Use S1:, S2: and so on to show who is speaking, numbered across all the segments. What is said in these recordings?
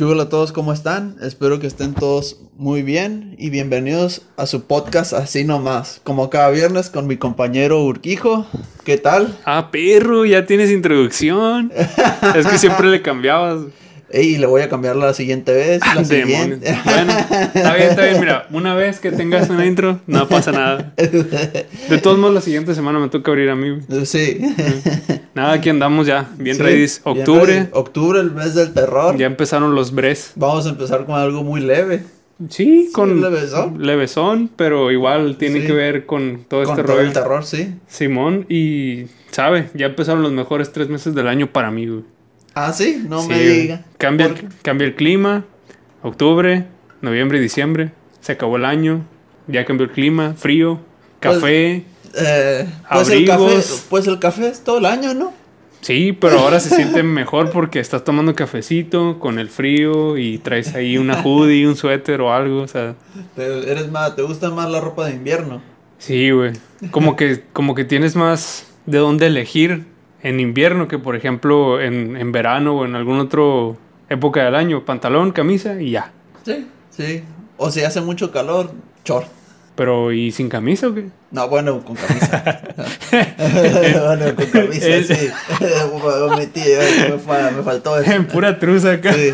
S1: Hola a todos, ¿cómo están? Espero que estén todos muy bien y bienvenidos a su podcast Así Nomás, como cada viernes con mi compañero Urquijo. ¿Qué tal?
S2: Ah, perro, ya tienes introducción. es que siempre le cambiabas.
S1: Ey, le voy a cambiar la siguiente vez.
S2: Ah,
S1: La
S2: demonios.
S1: siguiente.
S2: Bueno, está bien, está bien. Mira, una vez que tengas una intro, no pasa nada. De todos modos, la siguiente semana me toca abrir a mí. güey.
S1: Sí.
S2: Nada, aquí andamos ya. Bien
S1: Sí,
S2: ready.
S1: bien
S2: Octubre.
S1: ready. Octubre, el mes del terror.
S2: Ya empezaron los bres.
S1: Vamos a empezar con algo muy leve.
S2: Sí, con.
S1: levesón.
S2: levesón, pero igual tiene
S1: Sí.
S2: que ver con todo
S1: con
S2: este
S1: todo
S2: rollo.
S1: el terror, sí.
S2: Simón, y. ¿Sabe? Ya empezaron los mejores tres meses del año para mí, güey.
S1: Ah, sí, no
S2: Sí,
S1: me
S2: güey.
S1: diga.
S2: Cambia,
S1: Porque-
S2: el, cambia el clima. Octubre, noviembre y diciembre. Se acabó el año. Ya cambió el clima. Frío.
S1: Pues-
S2: Café.
S1: Eh, pues, el café,
S2: Abrigos.
S1: pues el café es todo el año, ¿no?
S2: sí, pero ahora se siente mejor porque estás tomando cafecito con el frío y traes ahí una hoodie, un suéter o algo. O sea,
S1: Te, eres más, te gusta más la ropa de invierno.
S2: sí, güey. Como que, como que tienes más de dónde elegir en invierno que, por ejemplo, en, en verano o en algún otro época del año. Pantalón, camisa y ya.
S1: Sí. Sí. O si hace mucho calor, short.
S2: Pero, ¿y sin camisa o qué?
S1: No, bueno, con camisa. bueno, con camisa,
S2: El-
S1: sí. Omití, eh, me, fa- me faltó eso.
S2: En pura truza acá.
S1: Sí.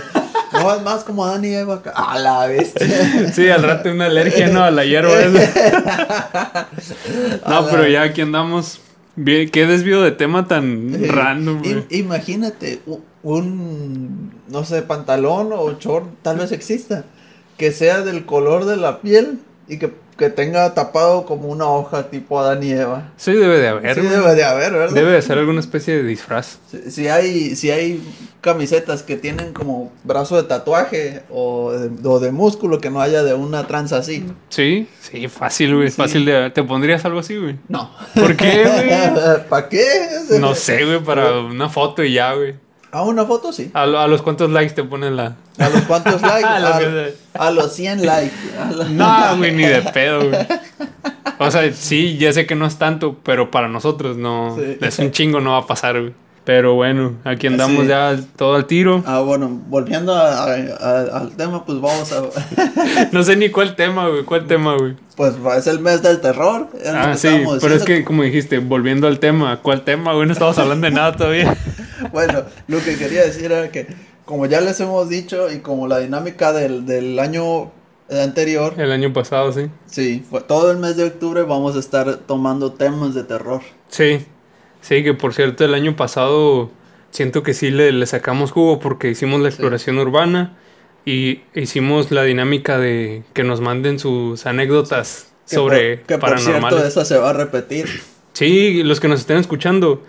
S1: No, es más como Dani y Eva acá. A la bestia.
S2: Sí, al rato una alergia, ¿no? A la hierba. esa.
S1: A
S2: no,
S1: la-
S2: pero ya aquí andamos. Bien, qué desvío de tema tan
S1: Sí.
S2: random, güey.
S1: I- imagínate u- un, no sé, pantalón o short, tal vez exista, que sea del color de la piel y que, que tenga tapado como una hoja tipo Adán y Eva.
S2: Sí, debe
S1: Sí,
S2: de haber. güey. debe,
S1: debe de haber, ¿verdad?
S2: de ser alguna especie de disfraz.
S1: Si, si hay, si hay camisetas que tienen como brazo de tatuaje o de, o de músculo que no haya de una tranza así.
S2: Sí, sí, fácil, güey. Fácil de. ¿Te pondrías algo así, güey?
S1: No.
S2: ¿Por qué, güey?
S1: ¿Para qué?
S2: No sé, güey, para una foto y ya, güey.
S1: A una foto sí.
S2: ¿A, lo- a los cuántos likes te ponen la.?
S1: A los cuantos likes.
S2: A los
S1: a,
S2: que-
S1: a los 100 likes. A la-
S2: No, güey, ni de pedo, güey. O sea, sí, ya sé que no es tanto, pero para nosotros no.
S1: Sí.
S2: Es un chingo, no va a pasar, güey. Pero bueno, aquí andamos
S1: Sí.
S2: ya todo al tiro.
S1: Ah, bueno, volviendo a- a- a- al tema, pues vamos a.
S2: No sé ni cuál tema, güey. ¿Cuál tema, güey?
S1: Pues es el mes del terror. es lo
S2: Ah,
S1: que
S2: sí,
S1: estábamos
S2: pero es
S1: diciendo.
S2: que, como dijiste, volviendo al tema, ¿cuál tema, güey? No estamos hablando de nada todavía.
S1: Bueno, lo que quería decir era que, como ya les hemos dicho y como la dinámica del, del año anterior,
S2: El año pasado, sí.
S1: sí, fue todo el mes de octubre vamos a estar tomando temas de terror.
S2: Sí, sí, que por cierto, el año pasado siento que sí le, le sacamos jugo porque hicimos la exploración urbana y hicimos la dinámica de que nos manden sus anécdotas
S1: Que
S2: sobre
S1: por- que por
S2: paranormales.
S1: cierto, esa se va a repetir.
S2: Sí, los que nos estén escuchando,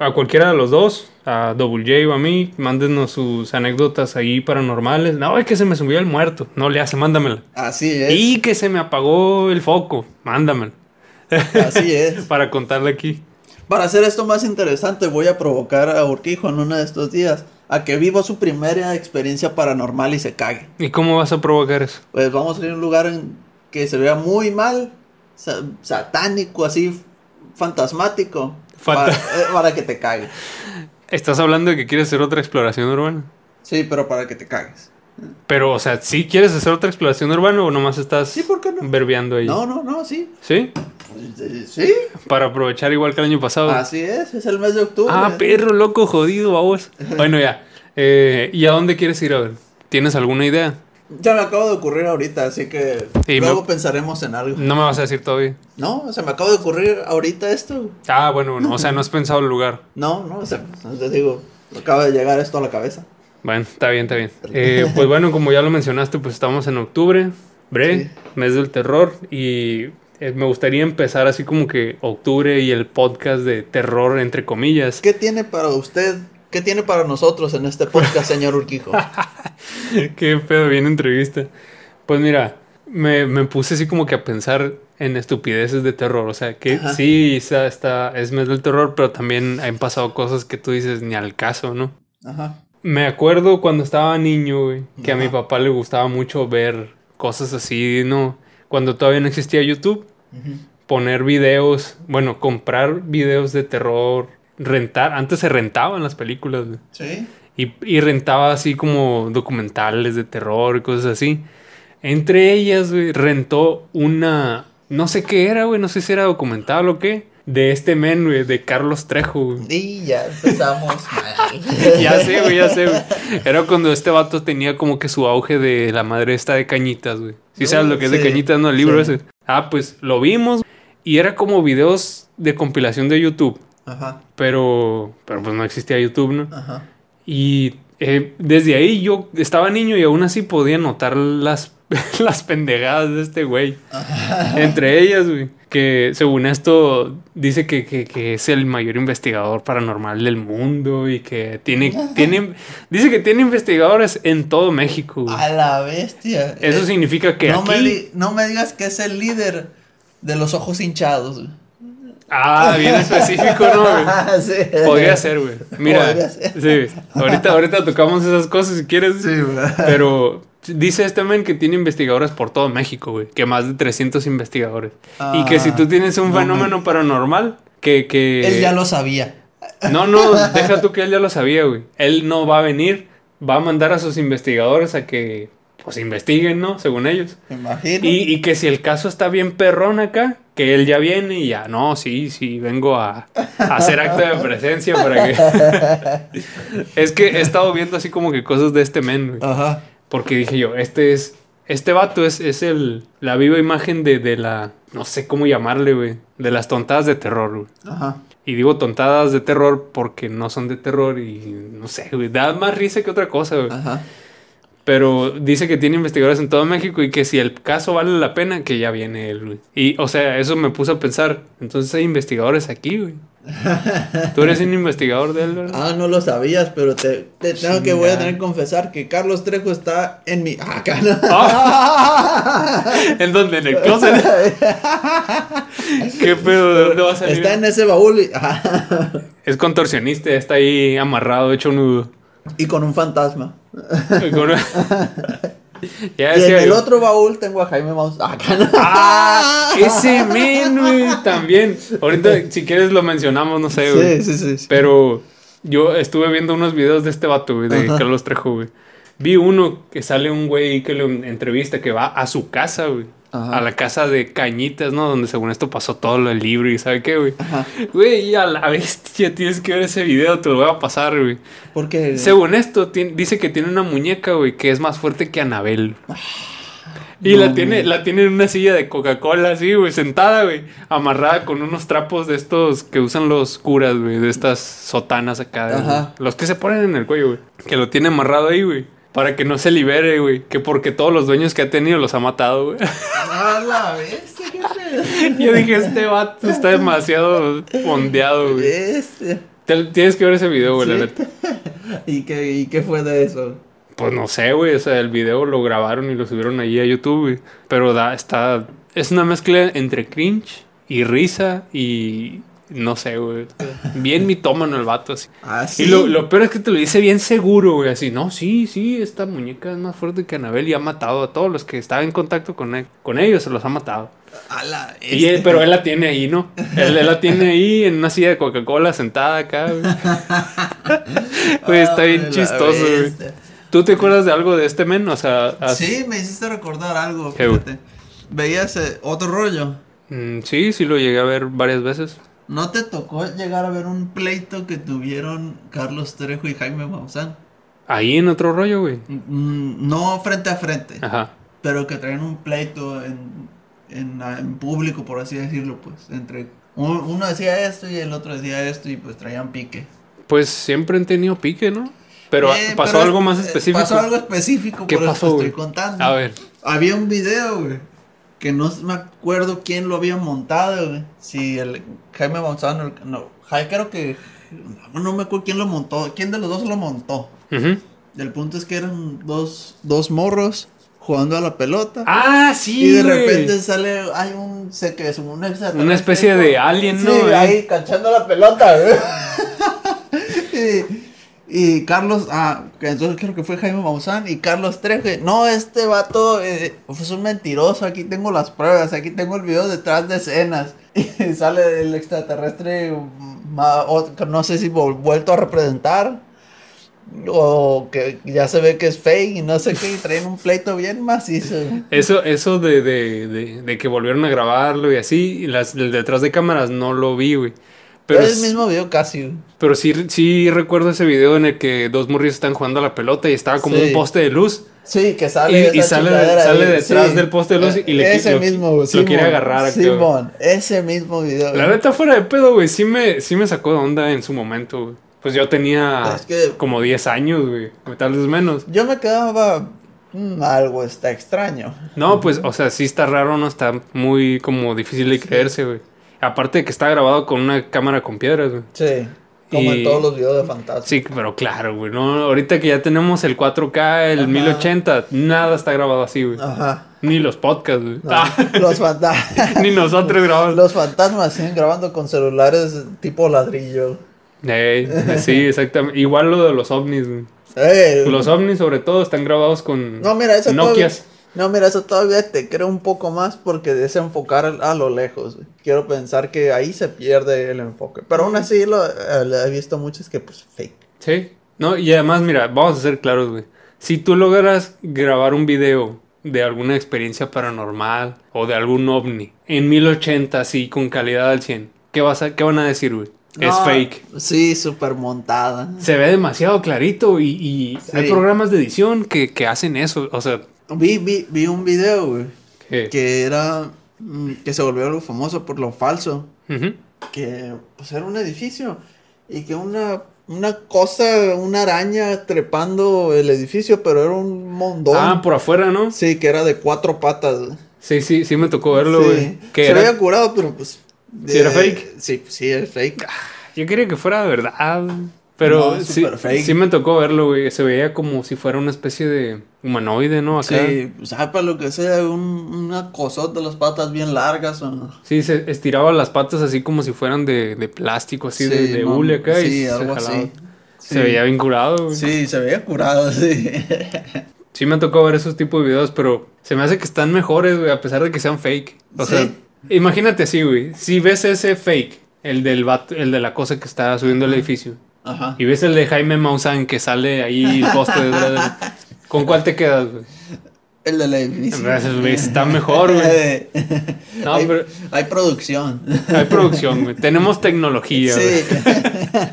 S2: a cualquiera de los dos, a Double J o a mí, mándenos sus anécdotas ahí paranormales. No, es que se me subió el muerto. No le hace, mándamela.
S1: Así es,
S2: Y que se me apagó el foco. Mándamela.
S1: así es.
S2: Para contarle aquí.
S1: Para hacer esto más interesante, voy a provocar a Urquijo en uno de estos días a que viva su primera experiencia paranormal y se cague.
S2: ¿Y cómo vas a provocar eso?
S1: Pues vamos a ir a un lugar en que se vea muy mal, sa- satánico, así, fantasmático,
S2: Fanta-
S1: para, eh, para que te cagues.
S2: Estás hablando de que quieres hacer otra exploración urbana.
S1: Sí, pero para que te cagues.
S2: Pero, o sea, ¿sí quieres hacer otra exploración urbana o nomás estás
S1: Sí, ¿por qué no?
S2: verbeando ahí?
S1: No, no, no, sí.
S2: ¿Sí?
S1: Pues, eh, Sí,
S2: Para aprovechar igual que el año pasado.
S1: así es, es el mes de octubre.
S2: Ah, perro, loco, jodido, vamos. Bueno, ya. Eh, ¿Y a dónde quieres ir? A ver, ¿tienes alguna idea?
S1: Ya me acabo de ocurrir ahorita, así que
S2: Y me-
S1: luego pensaremos en algo.
S2: No me vas a decir todavía.
S1: No, se me acaba de ocurrir ahorita esto.
S2: Ah, bueno, bueno. O sea, no has pensado el lugar.
S1: No, no, se, te digo, me acaba de llegar esto a la cabeza.
S2: Bueno, está bien, está bien. Eh, pues bueno, como ya lo mencionaste, pues estamos en octubre, bre,
S1: Sí.
S2: mes del terror, y eh, me gustaría empezar así como que octubre y el podcast de terror, entre comillas.
S1: ¿Qué tiene para usted, qué tiene para nosotros en este podcast, señor Urquijo?
S2: Qué pedo, bien entrevista. Pues mira, me, me puse así como que a pensar en estupideces de terror. O sea, que
S1: Ajá.
S2: sí, está, está- es mes del terror, pero también han pasado cosas que tú dices ni al caso, ¿no?
S1: Ajá.
S2: Me acuerdo cuando estaba niño, güey, que a mi
S1: Ajá.
S2: papá le gustaba mucho ver cosas así, ¿no? Cuando todavía no existía YouTube,
S1: Ujú.
S2: poner videos, bueno, comprar videos de terror, rentar. Antes se rentaban las películas, güey.
S1: Sí.
S2: Y, y rentaba así como documentales de terror y cosas así. Entre ellas, güey, rentó una. No sé qué era, güey. No sé si era documental o qué. De este men, güey, de Carlos Trejo, güey.
S1: Y ya empezamos mal.
S2: Ya sé, güey, ya sé, güey. Era cuando este vato tenía como que su auge de la madre esta de cañitas, güey. Si
S1: Uh,
S2: sabes lo que es
S1: sí,
S2: de cañitas, ¿no? El libro
S1: sí.
S2: ese. Ah, pues lo vimos. Y era como videos de compilación de YouTube.
S1: Ajá,
S2: Pero, pero pues no existía YouTube, ¿no?
S1: ajá.
S2: Y eh, desde ahí yo estaba niño y aún así podía notar las, las pendejadas de este güey. Entre ellas, güey. Que según esto dice que, que- que es el mayor investigador paranormal del mundo y que tiene, tiene dice que tiene investigadores en todo México. güey.
S1: A la bestia.
S2: Eso
S1: Eh,
S2: significa que
S1: Ah, no,
S2: aquí...
S1: me di- no me digas que es el líder de los ojos hinchados. güey.
S2: Ah, bien específico, ¿no? güey?
S1: Sí.
S2: Podría ser, güey. Mira,
S1: Podría ser.
S2: sí. Ahorita, ahorita tocamos esas cosas si quieres.
S1: Sí, güey.
S2: Pero dice este men que tiene investigadores por todo México, güey. Que más de 300 investigadores. y que
S1: Ah,
S2: si tú tienes un
S1: no
S2: fenómeno paranormal, que... que...
S1: Él ya lo sabía.
S2: No, no, deja tú que él ya lo sabía, güey. Él no va a venir, va a mandar a sus investigadores a que, pues, investiguen, ¿no? Según ellos.
S1: Me imagino.
S2: Y, y que si el caso está bien perrón acá, que él ya viene y ya, no, sí, sí, vengo a, a hacer acto de presencia para que... es que he estado viendo así como que cosas de este men, güey.
S1: Ajá.
S2: Porque dije yo, este es. Este vato es, es el, la viva imagen de, de la. No sé cómo llamarle, güey. De las tontadas de terror, güey.
S1: Ajá.
S2: Y digo tontadas de terror porque no son de terror y no sé, güey. Da más risa que otra cosa, güey.
S1: Ajá.
S2: Pero dice que tiene investigadores en todo México y que si el caso vale la pena, que ya viene él, güey. Y, o sea, eso me puso a pensar. Entonces hay investigadores aquí, güey. Tú eres un investigador de él, ¿verdad?
S1: Ah, no lo sabías, pero te, te tengo que voy a
S2: Chingada.
S1: tener que confesar que Carlos Trejo está en mi. Ah, acá, no.
S2: ¿En dónde? ¿En el closet? ¿Qué pedo? ¿De dónde va a salir?
S1: Está en ese baúl y, ah,
S2: Es contorsionista, está ahí amarrado, hecho un nudo.
S1: y con un fantasma.
S2: Con- ya
S1: Y en
S2: decía
S1: el
S2: yo,
S1: otro baúl tengo a Jaime Maus. Ah, acá, no.
S2: ¡Ah! Ese men, güey, también. Ahorita, si quieres, lo mencionamos, no sé, güey.
S1: sí, sí, sí.
S2: Pero yo estuve viendo unos videos de este vato, güey, de
S1: Ajá.
S2: Carlos Trejo, güey. Vi uno que sale un güey que lo entrevista, que va a su casa, güey.
S1: Ajá.
S2: A la casa de Cañitas, ¿no? Donde según esto pasó todo lo del libro y ¿sabe qué, güey?
S1: Ajá.
S2: Güey, y a la bestia tienes que ver ese video, te lo voy a pasar, güey.
S1: Porque.
S2: Según esto, tien- dice que tiene una muñeca, güey, que es más fuerte que Anabel. Y
S1: no,
S2: la tiene,
S1: güey.
S2: la tiene en una silla de Coca-Cola, así, güey, sentada, güey, amarrada con unos trapos de estos que usan los curas, güey, de estas sotanas acá, de-
S1: Ajá.
S2: los que se ponen en el cuello, güey, que lo tiene amarrado ahí, güey, para que no se libere, güey, que porque todos los dueños que ha tenido los ha matado, güey.
S1: A la bestia, qué pedo.
S2: Yo dije, este vato está demasiado fondeado, güey.
S1: Bestia.
S2: Te- Tienes que ver ese video, güey, la
S1: Sí.
S2: neta.
S1: ¿Y qué, ¿Y qué fue de eso?
S2: Pues no sé, güey. O sea, el video lo grabaron y lo subieron ahí a YouTube, güey. Pero da, está. Es una mezcla entre cringe y risa y. No sé, güey. Bien mitómano el vato, así.
S1: Ah,
S2: Y lo, lo peor es que te lo dice bien seguro, güey. Así, no, sí, sí, esta muñeca es más fuerte que Anabel y ha matado a todos los que estaban en contacto con, él- con ellos, se los ha matado.
S1: A la
S2: Y él- pero él la tiene ahí, ¿no? Él, él la tiene ahí en una silla de Coca-Cola sentada acá, güey. Güey,
S1: Ah,
S2: está bien chistoso, güey. ¿Tú te acuerdas de algo de este men? O sea, as-
S1: Sí, me hiciste recordar algo.
S2: ¿Qué, güey?
S1: Fíjate. Veías eh, otro rollo.
S2: mm, sí, sí lo llegué a ver varias veces.
S1: ¿No te tocó llegar a ver un pleito que tuvieron Carlos Trejo y Jaime Maussan?
S2: Ahí en otro rollo, güey.
S1: Mm, No frente a frente,
S2: Ajá.
S1: pero que traían un pleito en, en, ah, en público, por así decirlo, pues. Entre un- uno decía esto y el otro decía esto y pues traían pique.
S2: Pues siempre han tenido pique, ¿no? Pero
S1: Eh,
S2: pasó
S1: pero
S2: algo más
S1: es-
S2: específico.
S1: Pasó algo específico,
S2: ¿Qué
S1: por
S2: pasó,
S1: eso te
S2: güey?
S1: estoy contando.
S2: A ver.
S1: Había un video, güey. Que no me acuerdo quién lo había montado, güey. Si el Jaime Gonzalo, el- no, Jaime creo que no, no me acuerdo quién lo montó, quién de los dos lo montó.
S2: Ujú.
S1: El punto es que eran dos, dos morros jugando a la pelota.
S2: Ah, sí.
S1: y de
S2: güey.
S1: repente sale, hay un, sé que es un extraterrestre,
S2: Una especie
S1: güey.
S2: de alien,
S1: Sí,
S2: ¿no, güey?
S1: ahí cachando la pelota, güey. y, y Carlos, ah, que entonces creo que fue Jaime Maussan y Carlos Treje. No, este vato eh, es un mentiroso, aquí tengo las pruebas, aquí tengo el video detrás de escenas. Y sale mm, el extraterrestre, ma- o- no sé si vol- vuelto a representar. O que ya se ve que es fake y no sé qué, y traen un pleito bien macizo.
S2: Eso, eso de, de, de, de que volvieron a grabarlo y así, y las, el detrás de cámaras no lo vi, güey.
S1: Pero es el mismo video casi. güey.
S2: Pero sí, sí recuerdo ese video en el que dos morrillos están jugando a la pelota y estaba como
S1: Sí.
S2: un poste de luz.
S1: Sí, que
S2: Y,
S1: sale.
S2: y
S1: esa
S2: sale,
S1: chingadera
S2: sale
S1: ahí,
S2: detrás
S1: sí.
S2: del poste de luz y le qui-
S1: Ese
S2: lo-
S1: mismo,
S2: lo
S1: Simón,
S2: quiere agarrar. acá, güey.
S1: Simón, ese mismo video.
S2: La neta fuera de pedo, güey, sí me, sí me sacó de onda en su momento, güey. Pues yo tenía
S1: Es que-
S2: como 10 años, güey, o tal vez menos.
S1: Yo me quedaba. "Mm, algo está extraño.
S2: No, pues, o sea, sí está raro, no está muy como difícil de creerse, güey. Aparte de que está grabado con una cámara con piedras, güey.
S1: Sí. Como
S2: Y-
S1: en todos los videos de fantasmas.
S2: Sí, pero claro, güey, no, ahorita que ya tenemos el 4K, el
S1: Ajá.
S2: 1080, nada está grabado así, güey.
S1: Ajá.
S2: Ni los podcasts, güey.
S1: No,
S2: Ah,
S1: Los fantasmas.
S2: ni nosotros grabamos.
S1: Los fantasmas siguen grabando con celulares tipo ladrillo.
S2: Ey, sí, exactamente. Igual lo de los ovnis, güey.
S1: Eh,
S2: Los ovnis, sobre todo, están grabados con
S1: no, mira, eso
S2: Nokias.
S1: todavía. No, mira, eso todavía te creo un poco más porque desenfocar a lo lejos. güey. Quiero pensar que ahí se pierde el enfoque. Pero aún así lo, eh, lo he visto muchos que pues fake.
S2: Sí. No, y además, mira, vamos a ser claros, güey. Si tú logras grabar un video de alguna experiencia paranormal o de algún ovni en 1080, así, con calidad al 100, ¿qué, vas a, qué van a decir, güey? Es
S1: No,
S2: fake.
S1: Sí, súper montada.
S2: Se ve demasiado clarito y, y
S1: Sí.
S2: hay programas de edición que, que hacen eso. O sea,
S1: Vi, vi, vi un video, güey,
S2: que...
S1: que era. mm, que se volvió algo famoso por lo falso.
S2: Ujú.
S1: Que, pues, era un edificio. Y que una. Una cosa, una araña trepando el edificio, pero era un mondón.
S2: Ah, por afuera, ¿no?
S1: Sí, que era de cuatro patas. güey.
S2: Sí, sí, sí me tocó verlo,
S1: Sí.
S2: güey. Que
S1: Se
S2: era-
S1: había curado, pero pues.
S2: ¿Sí era fake?
S1: Sí, pues, sí, era fake.
S2: Yo quería que fuera de verdad, pero
S1: No, es
S2: sí,
S1: súper fake.
S2: sí me tocó verlo, güey. Se veía como si fuera una especie de humanoide, ¿no? Acá. Sí.
S1: Sí, o sea, para lo que sea, un, una cosota, las patas bien largas. o-
S2: se estiraba las patas así como si fueran de, de plástico, así de,
S1: Sí,
S2: de
S1: mam,
S2: hule acá. y
S1: Sí,
S2: se
S1: algo
S2: jalaba.
S1: así.
S2: Se veía bien curado, güey. Sí.
S1: Sí, se veía curado, sí.
S2: me tocó ver esos tipos de videos, pero se me hace que están mejores, güey, a pesar de que sean fake. O
S1: Sí.
S2: sea, imagínate así, güey. Si ves ese fake, el del vato- el de la cosa que está subiendo el edificio,
S1: Ajá.
S2: y ves el de Jaime Maussan que sale ahí el poste de ¿Con cuál te quedas, güey?
S1: El de la edificio.
S2: Gracias, güey, está mejor, güey. No,
S1: hay,
S2: pero-
S1: hay producción.
S2: Hay producción, güey. Tenemos tecnología, güey.
S1: Sí.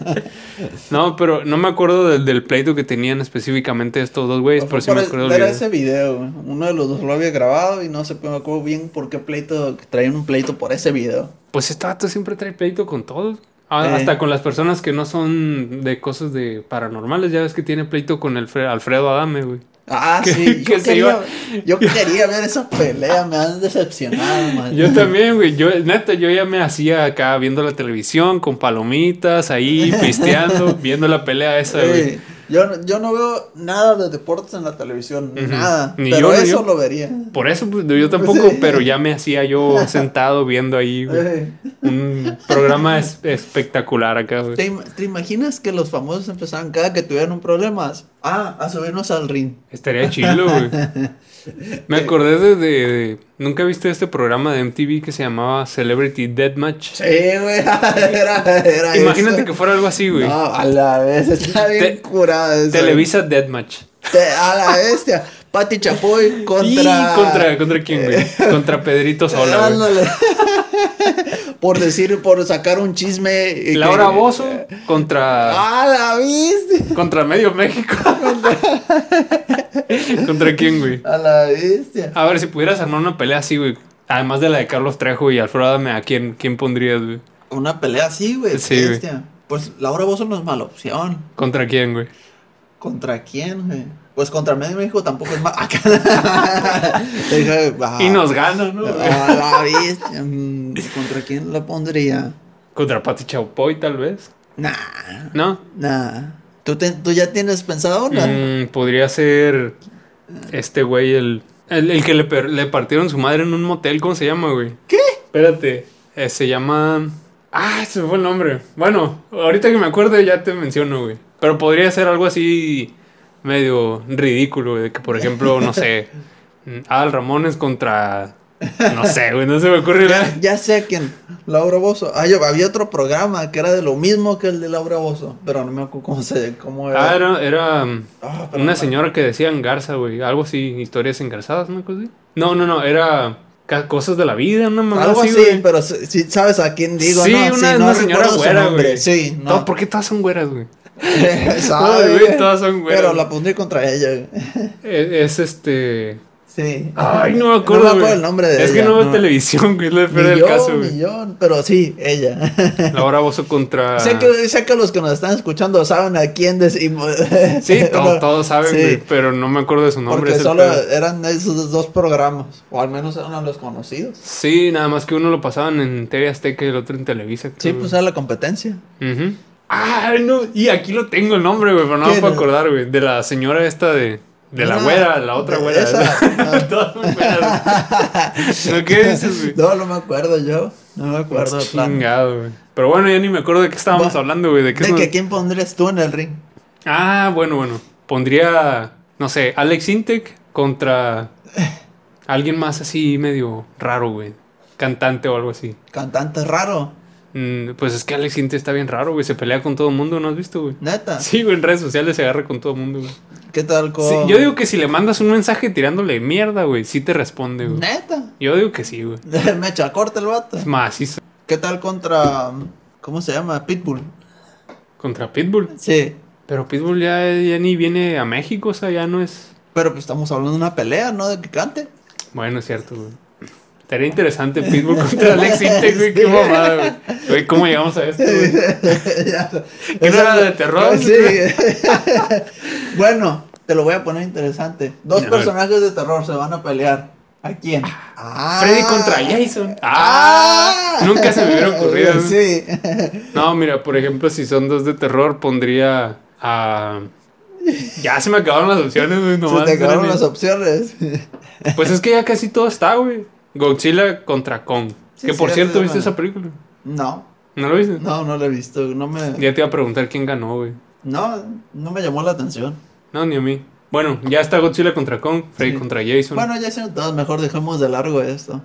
S2: No, pero no me acuerdo del, del pleito que tenían específicamente estos dos güeyes, pero sí me
S1: Pues Por-
S2: acuerdo del
S1: era
S2: video.
S1: ese video, güey. uno de los dos lo había grabado y no sé, me acuerdo bien por qué pleito, que traían un pleito por ese video.
S2: Pues este vato siempre trae pleito con todos. Ah,
S1: Eh.
S2: Hasta con las personas que no son de cosas de paranormales. Ya ves que tiene pleito con el Fre- Alfredo Adame, güey.
S1: Ah,
S2: Que-
S1: sí, yo,
S2: que se
S1: quería,
S2: iba-
S1: yo quería ver esa pelea, me han decepcionado, man.
S2: Yo también, güey. Yo, neta, yo ya me hacía acá viendo la televisión con palomitas, ahí pisteando, viendo la pelea esa, güey.
S1: Sí, yo, no- yo no veo nada de deportes en la televisión,
S2: Ujú.
S1: nada.
S2: Ni
S1: pero
S2: yo, ni
S1: eso
S2: yo.
S1: lo vería.
S2: Por eso pues, yo tampoco,
S1: Sí.
S2: pero ya me hacía yo sentado viendo ahí, güey.
S1: Eh,
S2: Un programa es- espectacular acá, güey.
S1: ¿Te, im- te imaginas que los famosos empezaban cada que tuvieran un problema? Ah, a subirnos al ring.
S2: Estaría chido, güey. Me acordé de, de- de- ¿Nunca viste este programa de MTV que se llamaba Celebrity Deathmatch?
S1: Sí, güey, era, era
S2: Imagínate
S1: eso.
S2: que fuera algo así, güey.
S1: No, a la vez, está bien
S2: Te-
S1: curada eso.
S2: Televisa Deathmatch.
S1: Te- a la bestia. Pati Chapoy contra. Ah,
S2: Y contra, ¿Contra quién, güey? Contra Pedrito Sola, güey.
S1: Ándale. por decir, por sacar un chisme. y que-
S2: Laura Bozo contra...
S1: A la bestia.
S2: Contra Medio México. ¿Contra quién, güey?
S1: A la bestia.
S2: A ver, si pudieras armar una pelea así, güey. Además de la de Carlos Trejo y Alfredo Adame, ¿a quién, quién pondrías, güey?
S1: Una pelea así, güey.
S2: Sí, güey.
S1: bestia. Pues Laura Bozo no es mala opción.
S2: ¿Contra quién, güey?
S1: ¿Contra quién, güey? Pues contra Medio México tampoco es mala. Deja- ah.
S2: Y nos gana, ¿no? güey?
S1: A la bestia. Mm, ¿Contra quién la pondría?
S2: Contra Pati Chaupoy, tal vez.
S1: Nah.
S2: ¿No?
S1: Nah. ¿Tú, te- tú ya tienes pensado una?
S2: Mm, podría ser este güey, el, el, el que le, per- le partieron su madre en un motel. ¿Cómo se llama, güey? ¿Qué? Espérate. eh, se llama... Ah, se me fue el nombre. Bueno, ahorita que me acuerde ya te menciono, güey. Pero podría ser algo así medio ridículo, güey. de Que, por ejemplo, no sé... mm, Adal Ramones contra No sé, güey, no se me ocurre nada.
S1: Ya, ya sé quién, Laura Bozo. Ah, yo- había otro programa que era de lo mismo que el de Laura Bozo, pero no me acuerdo cómo, se, cómo era.
S2: Ah, era, era um,
S1: Ah, pero
S2: una
S1: no-
S2: señora que decía engarza, güey. Algo así, historias engarzadas, una cosa así. No, no, no, era ca- cosas de la vida, una mamá
S1: Algo
S2: así,
S1: así,
S2: güey.
S1: pero si, si sabes a quién digo,
S2: sí,
S1: ¿no?
S2: una,
S1: sí, no
S2: una señora
S1: recuerdo su
S2: güera,
S1: nombre.
S2: güey.
S1: Sí, no.
S2: Todo- ¿Por qué todas son güeras, güey?
S1: Sabe,
S2: Ay, güey, todas son güeras.
S1: Pero la pondré contra ella. güey.
S2: E- Es, este.
S1: Sí.
S2: Ay, no me
S1: No
S2: acuerdo.
S1: me acuerdo
S2: güey.
S1: el nombre de
S2: Es
S1: ella.
S2: que no veo televisión, güey. Es lo peor
S1: Ni
S2: del
S1: yo,
S2: caso,
S1: ni
S2: güey.
S1: yo, pero sí, ella.
S2: Ahora vos contra.
S1: sé, que, sé que los que nos están escuchando saben a quién decimos.
S2: Sí, to-
S1: Pero-
S2: todos saben,
S1: sí,
S2: güey. Pero no me acuerdo de su nombre.
S1: Porque
S2: es el
S1: solo
S2: pedo.
S1: eran esos dos programas, o al menos eran los conocidos.
S2: Sí, nada más que uno lo pasaban en TV Azteca y el otro en Televisa. creo,
S1: Sí,
S2: güey.
S1: pues era la competencia.
S2: Ujú. Ah, no, y aquí lo tengo el nombre, güey, pero no me
S1: ¿Quién?
S2: puedo acordar, güey. De la señora esta de. De la
S1: Ah,
S2: güera, la otra
S1: de
S2: güera.
S1: esa.
S2: Todas son güeras, güey. ¿No qué dices, güey? Pues
S1: No, no me acuerdo yo. No me acuerdo. de plan.
S2: Chingado, güey. Pero bueno, ya ni me acuerdo de qué estábamos
S1: Va.
S2: hablando, güey. De qué
S1: De
S2: es
S1: que
S2: una-
S1: quién pondrías tú en el ring.
S2: Ah, bueno, bueno. Pondría, no sé, Alex Intec contra alguien más así medio raro, güey. Cantante o algo así.
S1: Cantante raro,
S2: Mm, pues es que Alex Intec está bien raro, güey. Se pelea con todo el mundo, ¿no has visto, güey?
S1: neta.
S2: Sí, güey, en redes sociales se agarra con todo el mundo, güey.
S1: ¿Qué tal con.
S2: Sí, yo digo que si le mandas un mensaje tirándole mierda, güey, sí te responde, güey.
S1: Neta.
S2: Yo digo que sí, güey.
S1: Mecha corta el vato.
S2: Es macizo.
S1: ¿Qué tal contra. ¿Cómo se llama? Pitbull.
S2: Contra Pitbull.
S1: Sí.
S2: Pero Pitbull ya, ya ni viene a México, o sea, ya no es.
S1: Pero pues estamos hablando de una pelea, ¿no? De que cante.
S2: Bueno, es cierto, güey. Estaría interesante Pitbull contra Alex Intec, güey. Qué
S1: Sí.
S2: mamada, güey. Güey, ¿cómo llegamos a esto, güey?
S1: Ya.
S2: ¿Que no era
S1: Eso-
S2: de terror?
S1: Sí. bueno, te lo voy a poner interesante. Dos
S2: A ver.
S1: personajes de terror se van a pelear. ¿A quién? Ah.
S2: Freddy contra Jason. ¡Ah!
S1: Ah.
S2: Nunca se me hubiera ocurrido. güey.
S1: Sí.
S2: No, mira, por ejemplo, si son dos de terror, pondría a. Ya se me acabaron las opciones, güey.
S1: se
S2: nomás
S1: te acabaron
S2: eran-
S1: las opciones.
S2: Pues es que ya casi todo está, güey. Godzilla contra Kong.
S1: Sí,
S2: que por
S1: sí,
S2: cierto,
S1: sí,
S2: ¿viste
S1: bueno.
S2: esa película?
S1: No,
S2: ¿No lo viste?
S1: no, no lo he visto. No me,
S2: Ya te iba a preguntar quién ganó, güey.
S1: no, no me llamó la atención.
S2: No, ni a mí. Bueno, ya está Godzilla contra Kong, Freddy
S1: Sí.
S2: contra Jason.
S1: Bueno, ya se todos, mejor dejemos de largo esto.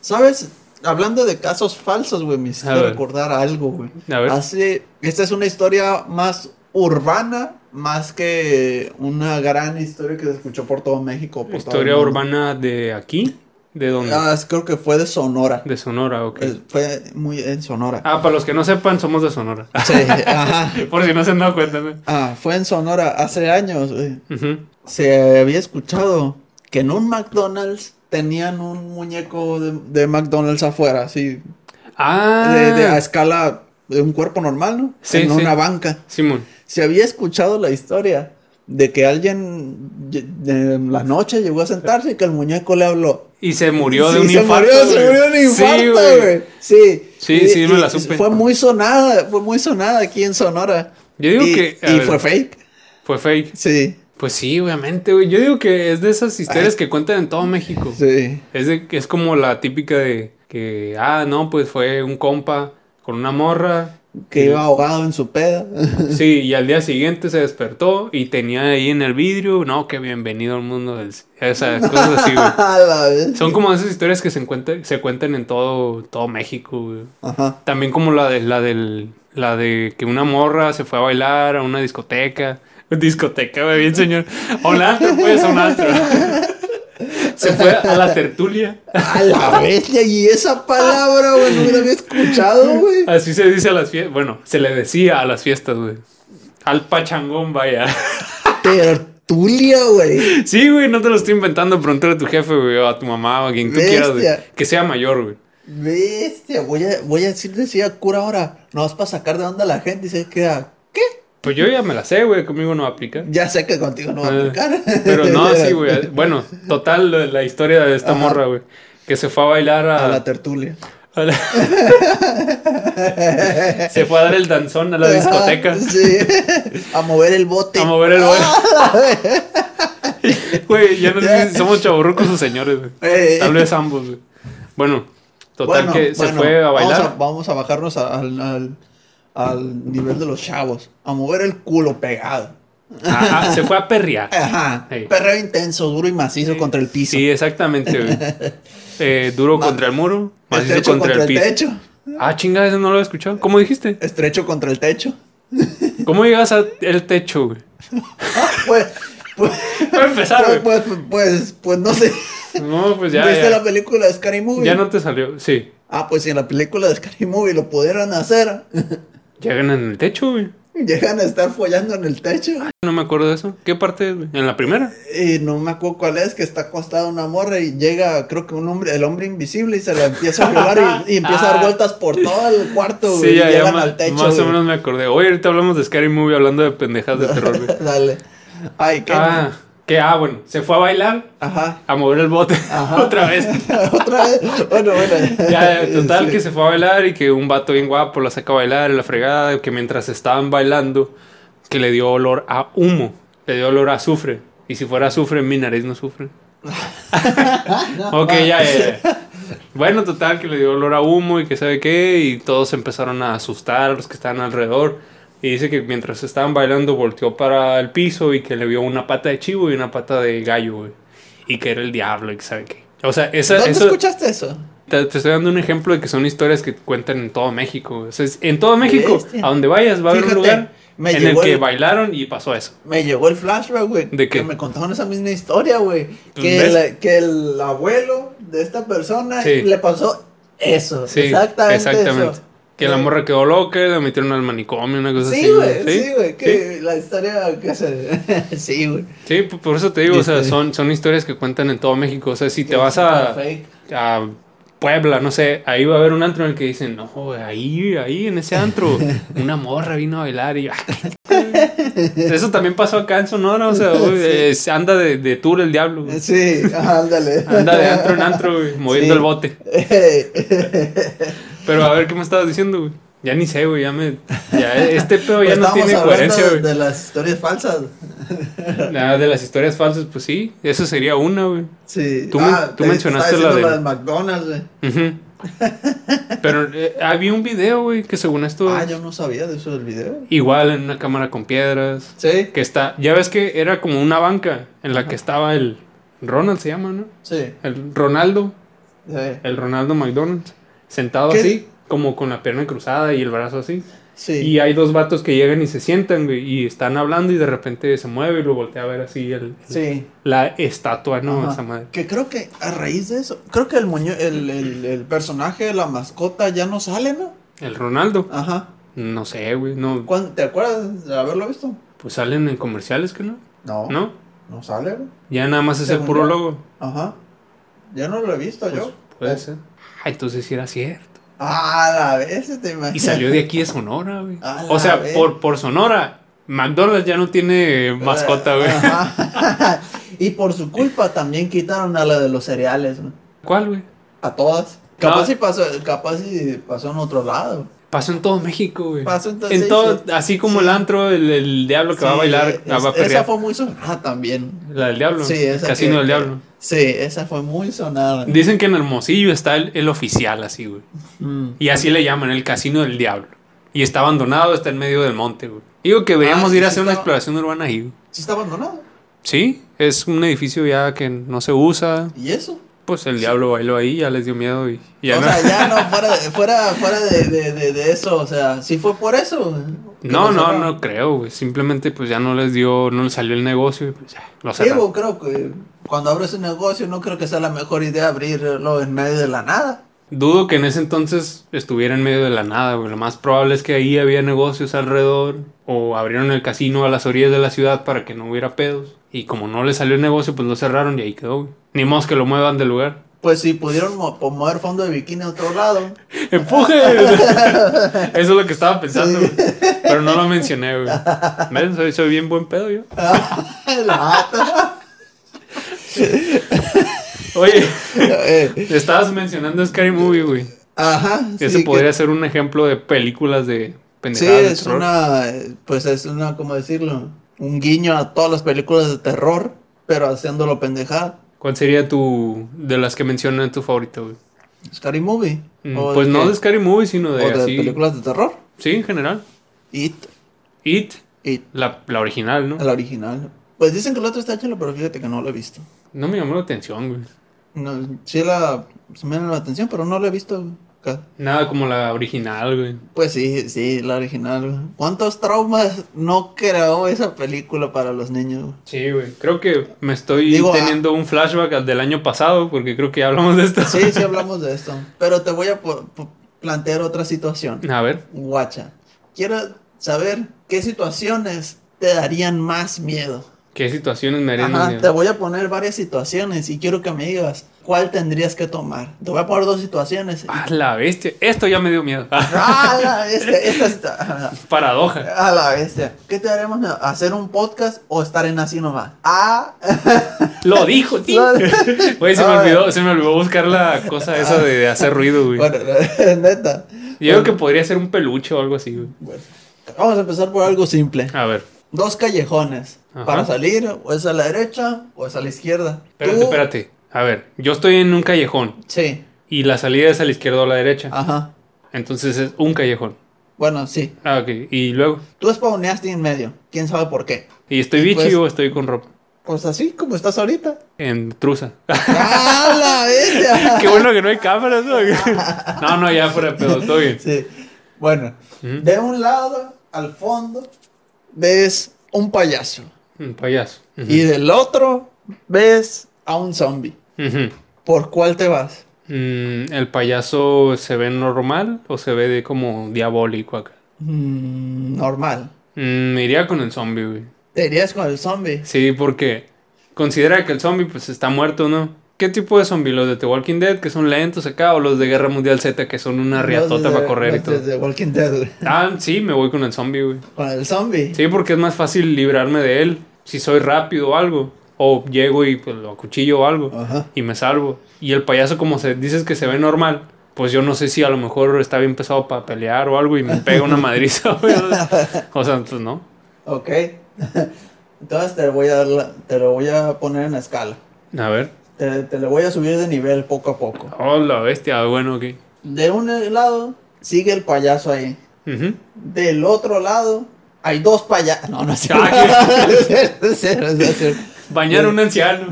S1: ¿Sabes? Hablando de casos falsos, güey, me hiciste
S2: A ver.
S1: recordar algo, güey.
S2: A ver.
S1: Hace, esta es una historia más urbana, más que una gran historia que se escuchó por todo México. por todo
S2: Historia
S1: el mundo.
S2: urbana de aquí, de dónde?
S1: Ah, es- creo que fue de Sonora.
S2: De Sonora, ok.
S1: Eh, Fue muy en Sonora.
S2: Ah, para los que no sepan, somos de Sonora.
S1: Sí, ajá.
S2: Por si no se han dado cuenta, ¿no?
S1: Ah, fue en Sonora hace años, güey.
S2: Ujú.
S1: se había escuchado que en un McDonald's tenían un muñeco de, de McDonald's afuera, así,
S2: Ah,
S1: de, de a escala de un cuerpo normal, ¿no?
S2: Sí,
S1: en
S2: sí.
S1: una banca.
S2: Simón.
S1: Se había escuchado la historia de que alguien ye- de- en la noche llegó a sentarse y que el muñeco le habló.
S2: Y se murió de
S1: Sí,
S2: un
S1: se
S2: infarto.
S1: Murió, se
S2: güey.
S1: murió de un
S2: Sí,
S1: infarto,
S2: güey.
S1: güey. Sí,
S2: Sí,
S1: Y-
S2: sí, me
S1: y-
S2: la
S1: y
S2: supe.
S1: Fue muy sonada, fue muy sonada aquí en Sonora.
S2: Yo digo
S1: Y-
S2: que- a
S1: Y
S2: ver.
S1: fue fake,
S2: Fue fake.
S1: sí,
S2: Pues sí, obviamente, güey. Yo digo que es de esas historias que cuentan en todo México.
S1: sí.
S2: Es, de- es como la típica de que, ah, no, pues fue un compa con una morra.
S1: Que iba ahogado en su peda.
S2: Sí, y al día siguiente se despertó y tenía ahí en el vidrio, no, que bienvenido al mundo del... c-". O sea, cosas así, güey.
S1: A la vez.
S2: Son como esas historias que se, encuentran, se cuentan en todo, todo México, güey.
S1: Ajá.
S2: También como la de, la del... La de que una morra se fue a bailar a una discoteca. Discoteca, güey, bien señor. A un antro, pues, a un antro. Se fue a la tertulia.
S1: A la bestia, y esa palabra, güey, no la había escuchado, güey.
S2: Así se dice a las fiestas. Bueno, se le decía a las fiestas, güey. Al pachangón, vaya.
S1: Tertulia, güey.
S2: Sí, güey, no te lo estoy inventando. Pregúntale a tu jefe, güey, o a tu mamá, o a quien tú
S1: Bestia.
S2: quieras, güey. Que sea mayor, güey.
S1: Bestia, voy a, voy a decir decía cura ahora. No es para sacar de onda a la gente y se queda. ¿Qué?
S2: Pues yo ya me la sé, güey, conmigo no aplica.
S1: Ya sé que contigo no va a
S2: Eh,
S1: aplicar.
S2: Pero no, sí, güey. Bueno, total, la, la historia de esta
S1: Ajá.
S2: morra, güey. Que se fue a bailar a.
S1: A la tertulia.
S2: a la- se fue a dar el danzón a la discoteca.
S1: Ajá, Sí. A mover el bote.
S2: A mover el bote. Güey, ya no sé si somos chaburrucos o señores, güey.
S1: Eh.
S2: Tal vez ambos, güey. Bueno, total
S1: Bueno,
S2: que se
S1: bueno,
S2: fue a bailar.
S1: Vamos a, vamos a bajarnos a- al, al- al nivel de los chavos. A mover el culo pegado.
S2: Ah, ah, se fue a perrear.
S1: Ajá.
S2: Ey.
S1: Perreo intenso, duro y macizo contra el piso.
S2: Sí, exactamente, güey. Eh, duro
S1: Ma-
S2: contra el muro, macizo
S1: Estrecho
S2: contra, el piso.
S1: techo.
S2: Ah, chinga, eso no lo he escuchado. ¿Cómo dijiste?
S1: Estrecho contra el techo.
S2: ¿Cómo llegas al techo, güey?
S1: Ah, pues, pues,
S2: Voy a empezar,
S1: pues,
S2: güey.
S1: pues, pues, pues, no sé.
S2: No, pues ya.
S1: ¿Viste la
S2: Ya,
S1: película de Scary Movie?
S2: Ya no te salió. Sí,
S1: Ah, pues si en la película de Scary Movie lo pudieran hacer,
S2: llegan en el techo, güey.
S1: llegan a estar follando en el techo.
S2: No me acuerdo de eso. ¿Qué parte, güey? ¿En la primera?
S1: Y no me acuerdo cuál es, que está acostada una morra y llega, creo que un hombre, el hombre invisible y se la empieza a violar y, y empieza a dar
S2: Ah.
S1: vueltas por todo el cuarto, güey.
S2: Sí,
S1: y
S2: ya, ya.
S1: llegan
S2: ma-
S1: al techo.
S2: más o
S1: güey.
S2: menos me acordé. Hoy ahorita hablamos de Scary Movie hablando de pendejas de terror, güey.
S1: Dale. Ay, qué.
S2: Ah, que ah, bueno. Se fue a bailar,
S1: Ajá.
S2: a mover el bote
S1: Ajá.
S2: otra vez.
S1: Otra vez. Bueno, bueno.
S2: Ya, total,
S1: Sí.
S2: que se fue a bailar y que un vato bien guapo la saca a bailar en la fregada, que mientras estaban bailando, que le dio olor a humo, le dio olor a azufre. Y si fuera azufre, mi nariz no sufre. ok, ya, ya, ya. Bueno, total, que le dio olor a humo y que sabe qué, y todos se empezaron a asustar a los que estaban alrededor. Y dice que mientras estaban bailando volteó para el piso y que le vio una pata de chivo y una pata de gallo, güey. Y que era el diablo y que sabe qué. O sea, esa,
S1: ¿Dónde
S2: eso-
S1: escuchaste eso?
S2: te, te estoy dando un ejemplo de que son historias que cuentan en todo México. güey. O sea, es- en todo México,
S1: Bestia.
S2: a donde vayas, va a haber un
S1: Fíjate,
S2: lugar
S1: me
S2: en el
S1: llegó
S2: que
S1: el-
S2: bailaron y pasó eso.
S1: Me llegó el flashback, güey.
S2: ¿De qué?
S1: Que me contaron esa misma historia, güey.
S2: Pues,
S1: Que,
S2: ¿ves?
S1: la- que el abuelo de esta persona
S2: Sí.
S1: le pasó eso.
S2: Sí,
S1: exactamente.
S2: exactamente.
S1: Eso.
S2: Que la
S1: Sí.
S2: morra quedó loca, la metieron al manicomio, una cosa así.
S1: Sí, güey, sí, güey,
S2: ¿Sí?
S1: que la historia que se... sí, güey.
S2: Sí, p- por eso te digo, o sea,
S1: Este-
S2: son, son historias que cuentan en todo México. O sea, si te
S1: Que
S2: vas
S1: es
S2: a,
S1: fake.
S2: a Puebla, no sé, ahí va a haber un antro en el que dicen, no, güey, ahí, ahí, en ese antro, una morra vino a bailar y yo, "Ah, Eso también pasó acá en Sonora, o sea, güey, es- anda de, de tour el diablo, güey.
S1: Sí, ándale.
S2: Anda de antro en antro, güey, moviendo
S1: Sí.
S2: el bote.
S1: Eh,
S2: Pero a ver, ¿qué me estabas diciendo, güey? Ya ni sé, güey, ya me... Ya, este pedo ya no
S1: Estábamos
S2: tiene
S1: Pues hablando
S2: coherencia,
S1: de-
S2: güey.
S1: De las historias falsas.
S2: Nada, de las historias falsas, pues sí, eso sería una, güey.
S1: Sí. Ah,
S2: Tú men- tú
S1: te-
S2: mencionaste
S1: estaba
S2: la
S1: diciendo
S2: de-
S1: McDonald's, eh. güey.
S2: Ujú. Pero eh, había un video, güey, que según esto...
S1: Ah, yo no sabía de eso del video.
S2: Igual en una cámara con piedras.
S1: Sí,
S2: Que está... Ya ves que era como una banca en la que estaba el... Ronald se llama, ¿no?
S1: sí.
S2: El Ronaldo.
S1: sí.
S2: El Ronaldo McDonald's. Sentado
S1: ¿Qué?
S2: así, como con la pierna cruzada y el brazo así.
S1: Sí.
S2: Y hay dos vatos que llegan y se sientan, güey, y están hablando y de repente se mueve y lo voltea a ver así el,
S1: sí.
S2: la estatua, ¿no?
S1: Ajá.
S2: Esa madre.
S1: Que creo que a raíz de eso, creo que el, muñe el, el, el personaje de la mascota ya no sale, ¿no?
S2: El Ronaldo.
S1: Ajá.
S2: No sé, güey, no.
S1: ¿Cuán- ¿Te acuerdas de haberlo visto?
S2: Pues salen en comerciales, que no?
S1: No.
S2: ¿No?
S1: No sale, güey.
S2: Ya nada más es el
S1: Según
S2: puro
S1: yo.
S2: logo.
S1: Ajá. Ya no lo he visto
S2: Pues,
S1: yo.
S2: puede
S1: Eh,
S2: ser. Ah, entonces sí era cierto.
S1: Ah, la vez te imaginas.
S2: Y salió de aquí de Sonora, güey.
S1: A la
S2: O sea,
S1: vez.
S2: por, por Sonora, McDonald's ya no tiene
S1: Ah.
S2: mascota, güey.
S1: Ajá. y por su culpa también quitaron a la de los cereales, güey.
S2: ¿Cuál, güey?
S1: A todas.
S2: No.
S1: Capaz si pasó, capaz si pasó en otro lado.
S2: Pasó en todo México, güey.
S1: Pasó en todo-
S2: en
S1: sí,
S2: todo,
S1: sí.
S2: así como
S1: Sí.
S2: el antro, el, el diablo que va a
S1: Sí,
S2: bailar,
S1: es-
S2: va a
S1: esa
S2: perrear.
S1: fue muy sonada también.
S2: La del diablo.
S1: Sí, esa
S2: Casino
S1: que-
S2: del diablo.
S1: Sí, esa fue muy sonada.
S2: Dicen que en Hermosillo está el, el oficial, así, güey.
S1: Mm.
S2: Y así le llaman, el casino del diablo. Y está abandonado, está en medio del monte, güey. Digo que deberíamos
S1: Ah,
S2: ir a
S1: sí
S2: hacer una
S1: estaba-
S2: exploración urbana ahí, güey.
S1: Sí está abandonado.
S2: Sí, es un edificio ya que no se usa.
S1: ¿Y eso?
S2: Pues el diablo bailó ahí, ya les dio miedo y y ya
S1: o
S2: no.
S1: sea, ya no, fuera, de- fuera, fuera de, de- de- de eso, o sea, si fue por eso. güey, que lo
S2: No, no,
S1: cerraron.
S2: no creo, güey. Simplemente pues ya no les dio, no les salió el negocio y pues ya, lo cerraron.
S1: Digo, creo que cuando abres un negocio no creo que sea la mejor idea abrirlo en medio de la nada.
S2: Dudo que en ese entonces estuviera en medio de la nada, güey. Lo más probable es que ahí había negocios alrededor o abrieron el casino a las orillas de la ciudad para que no hubiera pedos. Y como no le salió el negocio, pues lo cerraron y ahí quedó, güey. Ni más que lo muevan del lugar.
S1: Pues si pudieron mo- po- mover fondo de bikini a otro lado.
S2: ¡Empuje! Eso es lo que estaba pensando, güey. Pero no lo mencioné, güey. ¿Ves? Soy, soy bien buen pedo yo.
S1: Ah, La mata.
S2: Oye,
S1: Eh,
S2: estabas mencionando Scary Movie, güey.
S1: ajá.
S2: Ese
S1: sí,
S2: podría
S1: que-
S2: ser un ejemplo de películas de
S1: Sí,
S2: pendejadas. de
S1: es
S2: terror.
S1: una, eh, pues es una, ¿cómo decirlo? Un guiño a todas las películas de terror, pero haciéndolo pendejada.
S2: ¿Cuál sería tu, de las que mencionan, tu favorito, güey?
S1: Scary Movie.
S2: Mm,
S1: ¿O
S2: Pues
S1: de
S2: no
S1: qué?
S2: de Scary Movie, sino de
S1: o de
S2: así.
S1: películas de terror.
S2: Sí, en general.
S1: Y
S2: It,
S1: Y
S2: La, la original, ¿no?
S1: la original. Pues dicen que la otra está chila, pero fíjate que no la he visto.
S2: No me llamó la atención, güey.
S1: No, sí la, se me llama la atención, pero no la he visto. ca-
S2: Nada como la original, güey.
S1: Pues sí, sí, la original. güey. ¿Cuántos traumas no creó esa película para los niños? güey?
S2: Sí, güey. Creo que me estoy
S1: Digo, ah-
S2: teniendo un flashback al del año pasado, porque creo que ya hablamos de esto.
S1: Sí, sí hablamos de esto. Pero te voy a po- po- plantear otra situación.
S2: A ver.
S1: Guacha. Quiero saber qué situaciones te darían más miedo.
S2: ¿Qué situaciones me harían
S1: Ajá,
S2: más
S1: te
S2: miedo?
S1: voy a poner varias situaciones y quiero que me digas cuál tendrías que tomar. Te voy a poner dos situaciones.
S2: Ah, la bestia. Esto ya me dio miedo.
S1: ¡Ah, la bestia! Esta está-
S2: Paradoja.
S1: ¡A la bestia! ¿Qué te haremos? ¿Hacer un podcast o estar en así nomás? ¡Ah!
S2: Lo dijo, tío. Güey, se me
S1: Ah,
S2: olvidó, se me olvidó buscar la cosa esa de, de hacer ruido, güey.
S1: Bueno, neta.
S2: Yo creo que podría ser un peluche o algo así, güey.
S1: Bueno, vamos a empezar por algo simple.
S2: A ver.
S1: Dos callejones
S2: Ajá.
S1: para salir, o es a la derecha o es a la izquierda.
S2: Espérate,
S1: Tú-
S2: espérate. A ver, yo estoy en un callejón
S1: Sí,
S2: y la salida es a la izquierda o a la derecha.
S1: ajá.
S2: Entonces es un callejón.
S1: Bueno, sí.
S2: Ah, ok. Y luego.
S1: Tú spawneaste en medio, quién sabe por qué.
S2: ¿Y estoy
S1: Y
S2: bichi
S1: pues-
S2: o estoy con ropa?
S1: Pues así como estás ahorita.
S2: En truza.
S1: ¡Ah, la bestia!
S2: Qué bueno que no hay cámaras, ¿no? no, no, ya fuera de pedo, todo bien.
S1: Sí. Bueno,
S2: Ujú.
S1: de un lado, al fondo, ves un payaso.
S2: Un payaso. Ujú.
S1: Y del otro, ves a un zombie.
S2: Ujú.
S1: ¿Por cuál te vas?
S2: Mm, ¿El payaso se ve normal o se ve de como diabólico acá?
S1: Mm, normal.
S2: Mm, me iría con el zombie, güey.
S1: Te irías con el zombie.
S2: Sí, porque considera que el zombie pues está muerto, ¿no? ¿Qué tipo de zombie? ¿Los de The Walking Dead que son lentos acá o los de Guerra Mundial Z que son una riatota para correr y todo?
S1: Desde Walking Dead, güey.
S2: Ah, sí, me voy con el zombie, güey.
S1: Con el zombie.
S2: Sí, porque es más fácil librarme de él si soy rápido o algo. O llego y pues, lo acuchillo o algo.
S1: Ajá.
S2: y me salvo. Y el payaso, como se dices que se ve normal, pues yo no sé si a lo mejor está bien pesado para pelear o algo y me pega una madriza. güey. o sea, pues no.
S1: Ok. Entonces te voy a dar la- te lo voy a poner en la escala.
S2: A ver.
S1: Te, te lo voy a subir de nivel poco a poco.
S2: Oh, la bestia. Bueno, ok.
S1: De un lado sigue el payaso ahí.
S2: Ujú.
S1: Del otro lado hay dos payasos. No, no es cierto.
S2: Ah,
S1: No es cierto, es cierto, es cierto.
S2: Bañar a un anciano.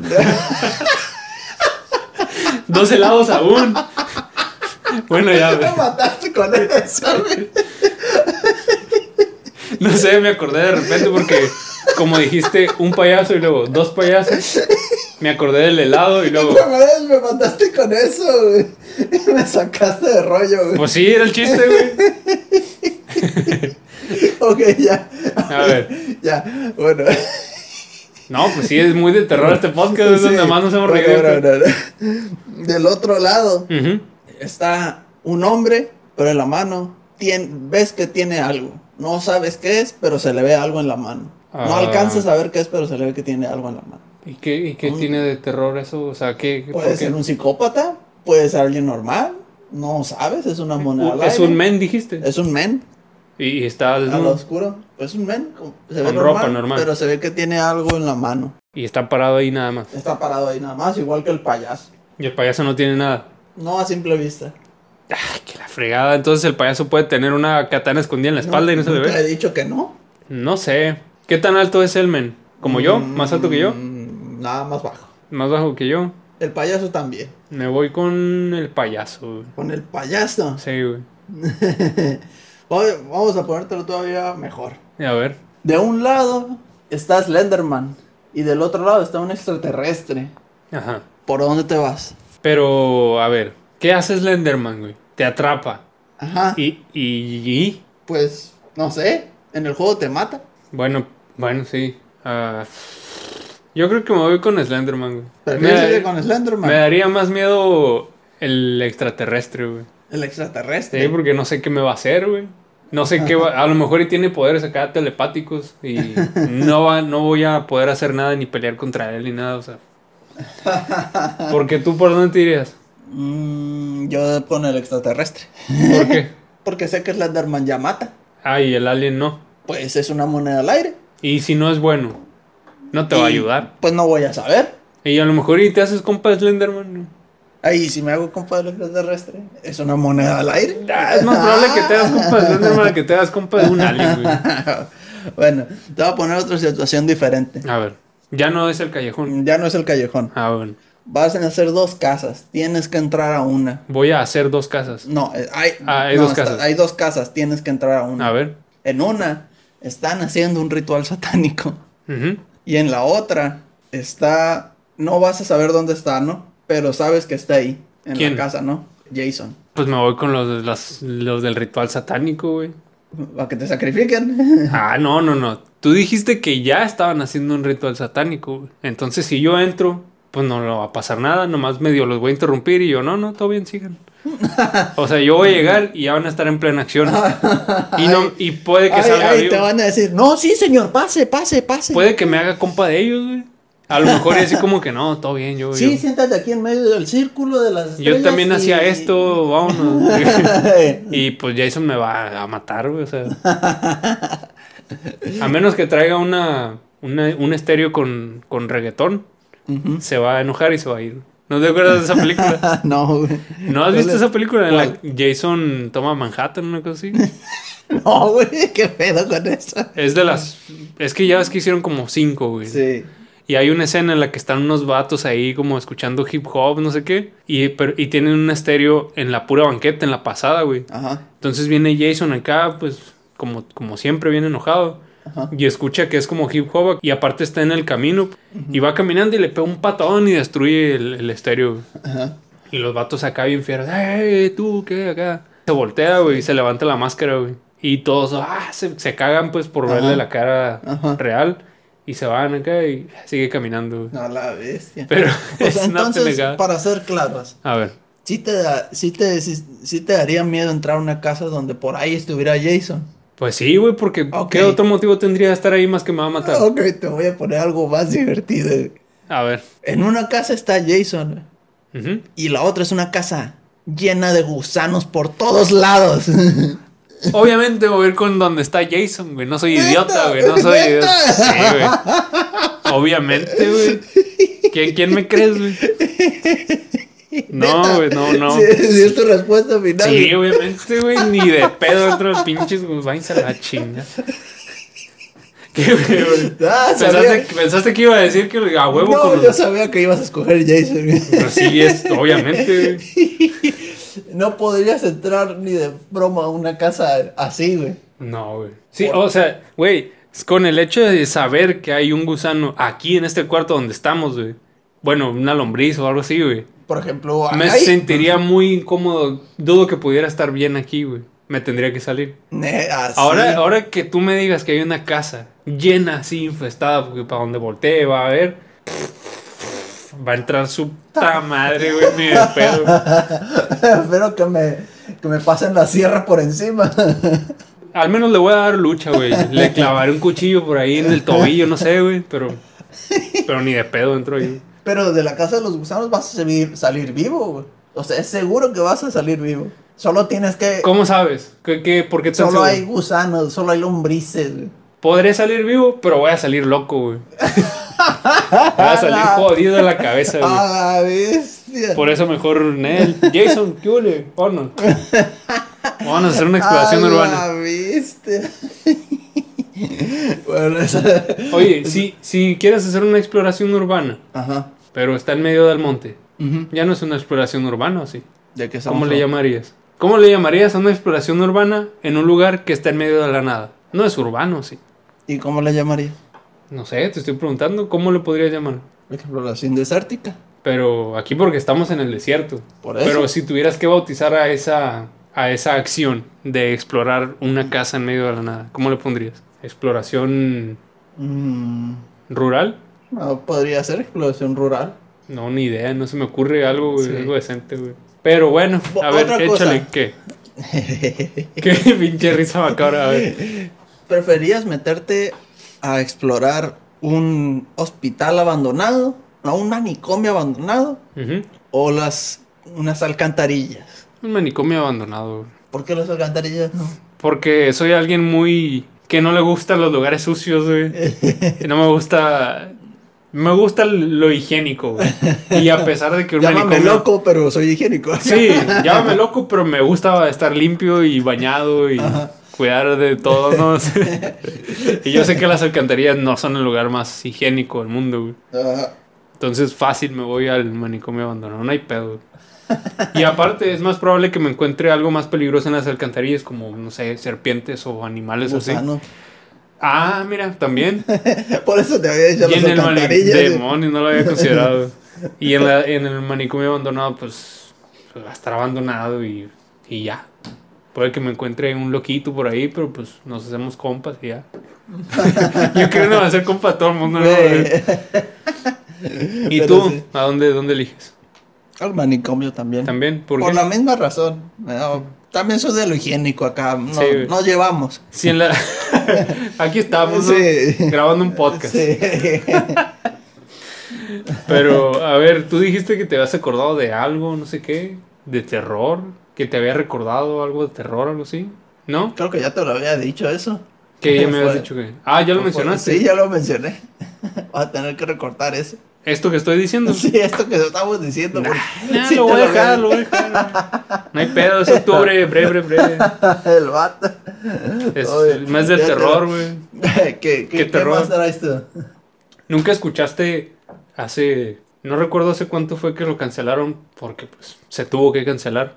S2: Dos helados aún. Bueno, ya,
S1: Me
S2: güey.
S1: mataste con eso. güey.
S2: no sé, me acordé de repente porque, como dijiste, un payaso y luego dos payasos. Me acordé del helado y luego.
S1: Me- Me mataste con eso. güey. Me sacaste de rollo. güey.
S2: Pues sí, era el chiste, güey.
S1: Ok, ya.
S2: A ver.
S1: Ya. Bueno.
S2: No, pues sí, es muy de terror este podcast, es
S1: Sí.
S2: donde más nos hemos
S1: Bueno,
S2: reído.
S1: bueno, bueno, bueno. Del otro lado
S2: Ujú.
S1: está un hombre, pero en la mano tien- ves que tiene algo. No sabes qué es, pero se le ve algo en la mano. No
S2: Ah.
S1: alcanzas a ver qué es, pero se le ve que tiene algo en la mano.
S2: ¿Y qué, y qué tiene de terror eso? O sea, ¿qué? qué-
S1: Puede
S2: por qué?
S1: ser un psicópata, puede ser alguien normal, no sabes, es una moneda. al
S2: es
S1: aire.
S2: un men, dijiste.
S1: ¿eh? Es un men,
S2: Y, y está
S1: a lo
S2: desnudo.
S1: oscuro. Es un men, como- se ve
S2: Con
S1: normal,
S2: ropa normal.
S1: pero se ve que tiene algo en la mano.
S2: Y está parado ahí nada más.
S1: Está parado ahí nada más, igual que el payaso.
S2: Y el payaso no tiene nada.
S1: No a simple vista.
S2: Ay, que la fregada. Entonces el payaso puede tener una katana escondida en la espalda y no se le
S1: nunca
S2: ve.
S1: he dicho que no.
S2: No sé. ¿Qué tan alto es el men? ¿Como yo? ¿Más alto que yo?
S1: Mm, Nada más bajo.
S2: ¿Más bajo que yo?
S1: El payaso también.
S2: Me voy con el payaso. güey.
S1: Con el payaso.
S2: Sí, güey.
S1: Oye, Vamos a ponértelo todavía mejor.
S2: A ver.
S1: De un lado está Slenderman y del otro lado está un extraterrestre.
S2: Ajá.
S1: ¿Por dónde te vas?
S2: Pero, a ver. ¿Qué hace Slenderman, güey? Te atrapa.
S1: Ajá.
S2: Y, y, y-
S1: Pues, no sé. En el juego te mata.
S2: bueno, bueno, sí. Ah, yo creo que me voy con Slenderman, güey. Me,
S1: Prefieres irte
S2: da-
S1: con Slenderman.
S2: me daría más miedo el extraterrestre, güey.
S1: El
S2: Sí,
S1: extraterrestre.
S2: porque no sé qué me va a hacer, güey. No sé qué va. A lo mejor y tiene poderes acá telepáticos y no va, no voy a poder hacer nada ni pelear contra él ni nada, o sea. Porque tú por dónde te irías?
S1: Mm, yo pongo el extraterrestre.
S2: ¿Por qué?
S1: Porque sé que Slenderman ya mata.
S2: Ah, y el alien no.
S1: Pues es una moneda al aire.
S2: Y si no es bueno, no te va a
S1: Y,
S2: ayudar.
S1: Pues no voy a saber.
S2: Y a lo mejor y te haces compa de Slenderman. güey.
S1: Ahí, si me hago compa del extraterrestre, es una moneda al aire.
S2: Ah, es más probable que te hagas compa de Slenderman que te hagas compa de un alien, güey.
S1: Bueno, te voy a poner otra situación diferente.
S2: A ver, ya no es el callejón.
S1: Ya no es el callejón.
S2: Ah, bueno.
S1: Vas a hacer dos casas. Tienes que entrar a una.
S2: Voy a hacer dos casas.
S1: No, eh, hay,
S2: Ah, hay
S1: no,
S2: dos
S1: está-
S2: casas.
S1: hay dos casas. Tienes que entrar a una.
S2: A ver.
S1: En una están haciendo un ritual satánico.
S2: Ujú.
S1: Y en la otra está. No vas a saber dónde está, ¿no? Pero sabes que está ahí. En
S2: ¿Quién?
S1: la casa, ¿no? Jason.
S2: Pues me voy con los, de las- los del ritual satánico, güey.
S1: Para que te sacrifiquen.
S2: Ah, no, no, no. Tú dijiste que ya estaban haciendo un ritual satánico, güey. Entonces, si yo entro, pues no le va a pasar nada. Nomás medio los voy a interrumpir y yo, no, no, todo bien, sigan. O sea, yo voy a llegar y ya van a estar en plena acción. Y, no, y puede que
S3: Ah, Ay,
S2: salga
S3: ay,
S2: vivo.
S3: te van a decir, no, sí, señor, pase, pase, pase.
S2: Puede que me haga compa de ellos, güey. A lo mejor y así como que no, todo bien, yo.
S3: Sí,
S2: yo,
S3: siéntate aquí en medio del círculo de las
S2: yo
S3: estrellas
S2: también
S3: y-
S2: hacía esto, vámonos. y pues Jason me va a matar, güey, o sea. A menos que traiga una, una- un estéreo con, con reggaetón,
S1: Ujú.
S2: se va a enojar y se va a ir. ¿No te acuerdas de esa película?
S1: no, güey.
S2: ¿No has visto
S3: ¿Cuál es?
S2: esa película en la que Jason toma Manhattan, una cosa así?
S3: No, güey, qué pedo con eso.
S2: Es de las... Es que ya ves que hicieron como cinco, güey.
S3: Sí.
S2: Y hay una escena en la que están unos vatos ahí como escuchando hip hop, no sé qué. Y, pero, y tienen un estéreo en la pura banqueta, en la pasada, güey.
S1: Ajá.
S2: Entonces viene Jason acá, pues como, como siempre, viene enojado.
S1: Ajá.
S2: Y escucha que es como hip hop y aparte está en el camino. Y va caminando y le pega un patadón y destruye el, el estéreo. güey.
S1: Ajá.
S2: Y los vatos acá bien fieros. ¡Eh, tú qué acá! Se voltea, güey, y se levanta la máscara, güey. Y todos ah, se, se cagan, pues, por
S1: Ajá.
S2: verle la cara
S1: Ajá.
S2: real. Y se van acá y sigue caminando, güey.
S1: No, la bestia.
S2: Pero
S1: Pues
S2: es una
S1: entonces,
S2: pendejada.
S1: para ser claros,
S2: A ver.
S1: sí te, da- sí te, sí- sí te daría miedo entrar a una casa donde por ahí estuviera Jason.
S2: Pues sí, güey, porque
S1: Ok.
S2: ¿qué otro motivo tendría de estar ahí más que me va a matar?
S1: Ah, Ok, te voy a poner algo más divertido. güey.
S2: A ver.
S1: En una casa está Jason güey,
S2: Ujú.
S1: y la otra es una casa llena de gusanos por todos lados.
S2: Obviamente voy a ir con donde está Jason, güey. No soy
S1: ¡Neta!
S2: idiota, güey. No soy
S1: ¡Neta!
S2: idiota. Sí, güey. Obviamente, güey. ¿Quién, quién me crees, güey? No, güey, no, no.
S1: Sí, sí, es tu respuesta final.
S2: Sí, obviamente, güey. Ni de pedo entre los pinches güey, váyanse a la chinga. ¿Qué, güey, güey?
S1: Ah, sabía.
S2: ¿Pensaste, pensaste que iba a decir que a huevo
S1: No,
S2: con
S1: yo sabía que ibas a escoger Jason. güey.
S2: Pero sí, es, obviamente, güey.
S1: No podrías entrar ni de broma a una casa así, güey.
S2: No, güey. Sí, o sea, güey, es con el hecho de saber que hay un gusano aquí en este cuarto donde estamos, güey. Bueno, una lombriz o algo así, güey.
S1: Por ejemplo,
S2: Me
S1: ay,
S2: sentiría muy incómodo. Dudo que pudiera estar bien aquí, güey. Me tendría que salir.
S1: ne- así.
S2: Ahora, ahora que tú me digas que hay una casa llena así, infestada, porque para donde voltee va a haber. Va a entrar su puta madre, güey, ni de pedo.
S1: Espero que me, que me pasen la sierra por encima.
S2: Al menos le voy a dar lucha, güey. Le clavaré un cuchillo por ahí en el tobillo, no sé, güey. Pero, pero ni de pedo entro ahí.
S1: Pero de la casa de los gusanos vas a salir, salir vivo, güey. O sea, es seguro que vas a salir vivo. Solo tienes que...
S2: ¿Cómo sabes? ¿Qué, qué, ¿Por qué te
S1: Solo hay gusanos, solo hay lombrices, güey.
S2: Podré salir vivo, pero voy a salir loco, güey. Voy a salir jodido de la cabeza, güey.
S1: ¡A la Ah, bestia!
S2: Por eso mejor, Nel. Jason, ¿qué huele? Vámonos. Vamos a hacer una exploración
S1: ¡A
S2: urbana.
S1: la bestia! bueno, esa...
S2: Oye, si, si quieres hacer una exploración urbana,
S1: Ajá.
S2: pero está en medio del monte,
S1: Ujú.
S2: ya no es una exploración urbana, ¿o sí?
S1: ¿De qué estamos
S2: ¿Cómo le
S1: hablando?
S2: llamarías? ¿Cómo le llamarías a una exploración urbana en un lugar que está en medio de la nada? No es urbano, sí.
S1: ¿Y cómo le llamaría?
S2: No sé, te estoy preguntando cómo le podrías llamar.
S1: Exploración desértica.
S2: Pero aquí porque estamos en el desierto.
S1: Por eso.
S2: Pero si tuvieras que bautizar a esa a esa acción de explorar una casa en medio de la nada, ¿cómo le pondrías? ¿Exploración
S1: Mm,
S2: rural?
S1: no, podría ser exploración rural.
S2: No, ni idea, no se me ocurre algo, güey,
S1: Sí.
S2: algo decente, güey. Pero bueno,
S1: Bo-
S2: a ver,
S1: otra cosa.
S2: échale, ¿qué? ¿Qué pinche risa macabra? A ver.
S1: ¿Preferías meterte a explorar un hospital abandonado, no, un manicomio abandonado
S2: Ujú.
S1: o las unas alcantarillas?
S2: Un manicomio abandonado, güey.
S1: ¿Por qué las alcantarillas no?
S2: Porque soy alguien muy... que no le gustan los lugares sucios, güey. No me gusta... Me gusta lo higiénico, güey. Y a pesar de que un
S1: Llámame
S2: manicomio-
S1: loco, pero soy higiénico.
S2: Sí, llámame loco, pero me gusta estar limpio y bañado y cuidar de todo, ¿no? y yo sé que las alcantarillas no son el lugar más higiénico del mundo, güey.
S1: Ajá.
S2: Entonces fácil me voy al manicomio abandonado, no hay pedo. Y aparte es más probable que me encuentre algo más peligroso en las alcantarillas, como, no sé, serpientes o animales así.
S1: Gusano.
S2: Ah, mira, también.
S1: Por eso te había dicho
S2: Y
S1: las
S2: en el mani-
S1: alcantarillas.
S2: demonio, no lo había considerado. Y en, la- en el manicomio abandonado, pues, pues, va a estar abandonado y, y ya. Puede que me encuentre un loquito por ahí, pero pues nos hacemos compas y ya. Yo creo que no va a ser compa todo el mundo. ¿no?
S1: Güey.
S2: ¿Y
S1: Pero
S2: tú?
S1: sí.
S2: ¿A dónde, dónde eliges?
S1: Al manicomio también.
S2: También, porque
S1: Por la misma razón. ¿no? También soy de lo higiénico acá. No,
S2: Sí, güey.
S1: no llevamos.
S2: si en la... aquí estamos ¿no?
S1: Sí.
S2: grabando un podcast.
S1: Sí.
S2: Pero, a ver, tú dijiste que te habías acordado de algo, no sé qué, de terror, que te había recordado algo de terror, algo así, ¿no?
S1: Creo que ya te lo había dicho eso.
S2: Que ya me habías
S1: Fue-
S2: dicho que... Ah, ya lo mencionaste.
S1: Sí, ya lo mencioné. Vas a tener que recortar eso.
S2: Esto que estoy diciendo.
S1: Sí, esto que estamos diciendo.
S2: Mm. Nah,
S1: porque-
S2: nah,
S1: sí
S2: lo
S1: te
S2: voy
S1: lo
S2: a
S1: había
S2: dejar, lo voy a dejar. No hay pedo, es octubre, breve, breve.
S1: El vato.
S2: Es
S1: Oye,
S2: el mes del
S1: ya te lo-
S2: terror, güey.
S1: ¿Qué, qué, qué
S2: terror.
S1: más traes tú?
S2: Nunca escuchaste hace. No recuerdo hace cuánto fue que lo cancelaron, porque pues se tuvo que cancelar.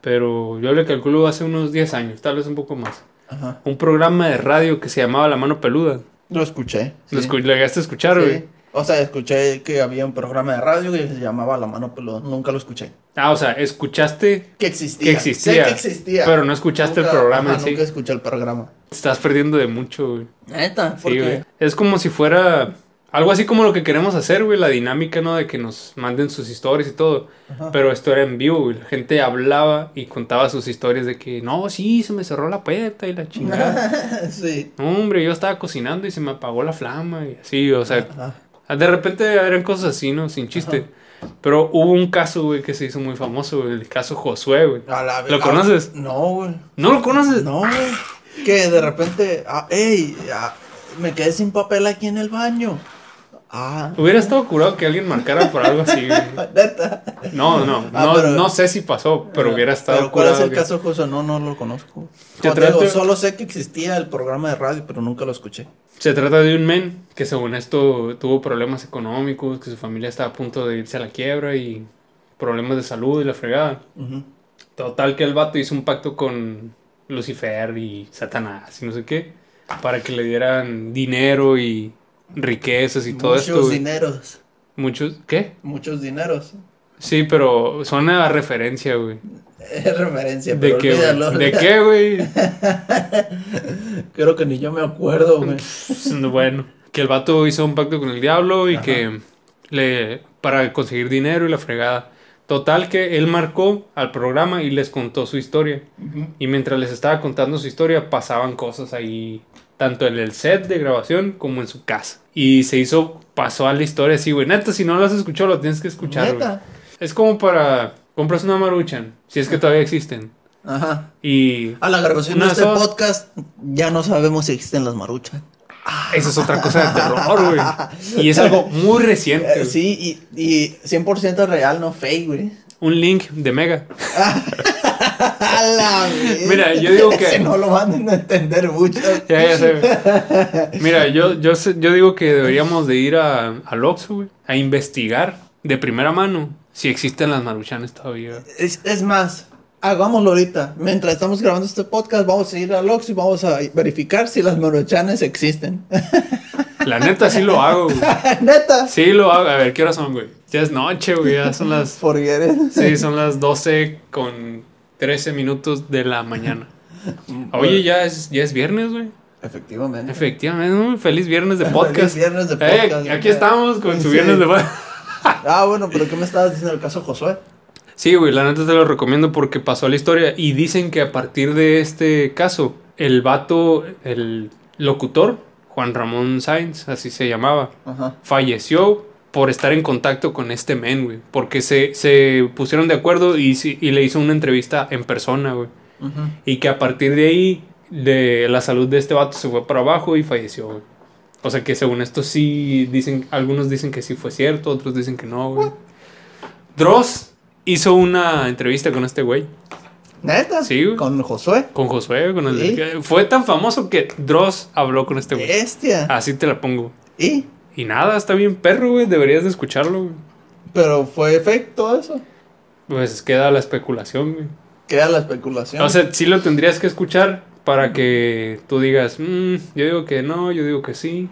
S2: Pero yo le calculo hace unos 10 años, tal vez un poco más.
S1: Ajá.
S2: Un programa de radio que se llamaba La Mano Peluda.
S1: Lo escuché.
S2: ¿Lo,
S1: sí.
S2: escu- lo llegaste a escuchar, güey?
S1: Sí. O sea, escuché que había un programa de radio que se llamaba La Mano Peluda. Nunca lo escuché.
S2: Ah, o sea, escuchaste
S1: Que existía.
S2: que existía.
S1: Sé que existía.
S2: Pero no escuchaste
S1: Nunca-
S2: el programa
S1: ajá,
S2: en sí.
S1: Nunca escuché el programa.
S2: Te estás perdiendo de mucho, güey.
S1: Neta,
S2: Sí, güey. Es como si fuera algo así como lo que queremos hacer, güey, la dinámica, ¿no? De que nos manden sus historias y todo.
S1: Ajá.
S2: Pero esto era en vivo, güey. La gente hablaba y contaba sus historias de que, no, sí, se me cerró la puerta y la chingada.
S1: sí.
S2: No, hombre, yo estaba cocinando y se me apagó la flama y así, o sea,
S1: Ajá.
S2: de repente eran cosas así, ¿no? Sin chiste. Pero hubo un caso, güey, que se hizo muy famoso, güey, el caso Josué, güey.
S1: A la-
S2: ¿Lo
S1: a-
S2: conoces?
S1: No, güey.
S2: ¿No lo conoces?
S1: No, güey. Que de repente, ah, ey, ah, me quedé sin papel aquí en el baño. Ah,
S2: Hubiera estado curado que alguien marcara por algo así, güey.
S1: neta.
S2: No, no,
S1: Ah,
S2: no,
S1: pero- Ah,
S2: no sé si pasó, pero hubiera estado
S1: Pero ¿cuál es
S2: curado
S1: el
S2: que-
S1: caso, José? No, no lo conozco.
S2: Te
S1: Como te digo,
S2: trato-
S1: solo sé que existía el programa de radio, pero nunca lo escuché.
S2: Se trata de un men que según esto tuvo problemas económicos, que su familia estaba a punto de irse a la quiebra y problemas de salud y la fregada.
S1: Ujú.
S2: Total que el vato hizo un pacto con Lucifer y Satanás y no sé qué, para que le dieran dinero y riquezas y todo
S1: muchos
S2: esto. güey.
S1: dineros.
S2: Muchos, ¿qué?
S1: Muchos dineros.
S2: Sí, pero son a referencia, güey.
S1: Es referencia,
S2: ¿De
S1: pero
S2: qué,
S1: olvídalo.
S2: güey? ¿De qué, güey?
S1: Creo que ni yo me acuerdo, güey.
S2: Pues, Bueno, que el vato hizo un pacto con el diablo y
S1: Ajá.
S2: que le para conseguir dinero y la fregada. Total que él marcó al programa y les contó su historia.
S1: Ujú.
S2: Y mientras les estaba contando su historia, pasaban cosas ahí, tanto en el set de grabación como en su casa. Y se hizo, pasó a la historia así, güey. Neta, si no lo has escuchado, lo tienes que escuchar, güey.
S1: Neta.
S2: Es como para. Compras una maruchan, si es que todavía existen.
S1: Ajá.
S2: Y.
S1: A la grabación de
S2: Una
S1: este
S2: sola-
S1: podcast ya no sabemos si existen las maruchas.
S2: Esa es otra cosa de terror, güey. Y es algo muy reciente.
S1: Eh,
S2: güey.
S1: sí, y, y 100% real, no fake, güey.
S2: Un link de Mega.
S1: A la mierda.
S2: Mira, yo digo que-
S1: Ese no lo van a entender mucho.
S2: Ya, ya sé. Mira, yo, yo, sé- yo digo que deberíamos de ir a, al Oxxo, güey, a investigar de primera mano si existen las maruchanes todavía.
S1: Es, es más, hagámoslo ahorita. Mientras estamos grabando este podcast, vamos a ir al Ox y vamos a verificar si las maruchanes existen.
S2: La neta, sí lo hago, güey.
S1: Neta.
S2: Sí lo hago. A ver, ¿qué hora son, güey? Ya es noche, güey. Ya son las...
S1: Porque eres-
S2: Sí, son las 12 con 13 minutos de la mañana. Oye, ya es, ya es viernes, güey.
S1: Efectivamente.
S2: Efectivamente, ¿no? feliz viernes de
S1: Feliz
S2: podcast.
S1: viernes de
S2: Eh,
S1: podcast,
S2: aquí
S1: güey.
S2: estamos con su
S1: Sí.
S2: viernes de podcast.
S1: Ah, bueno, pero ¿qué me estabas diciendo el caso Josué?
S2: Sí, güey, la neta te lo recomiendo porque pasó la historia y dicen que a partir de este caso, el vato, el locutor, Juan Ramón Sainz, así se llamaba,
S1: Ajá.
S2: falleció por estar en contacto con este men, güey, porque se, se pusieron de acuerdo y, sí- y le hizo una entrevista en persona, güey,
S1: Ujú.
S2: y que a partir de ahí, de la salud de este vato se fue para abajo y falleció, güey. O sea que según esto sí dicen, algunos dicen que sí fue cierto, otros dicen que no, güey. Dross hizo una entrevista con este güey.
S1: ¿Neta?
S2: Sí, güey.
S1: Con Josué.
S2: Con Josué, con el...
S1: Sí. Eh.
S2: del- Fue tan famoso que Dross habló con este güey.
S1: Bestia.
S2: Así te la pongo.
S1: Y,
S2: Y nada, está bien perro, güey. Deberías de escucharlo, güey.
S1: pero fue fake todo eso.
S2: Pues queda la especulación, güey.
S1: Queda la especulación.
S2: O sea, sí lo tendrías que escuchar para que tú digas, "Mm, yo digo que no, yo digo que sí.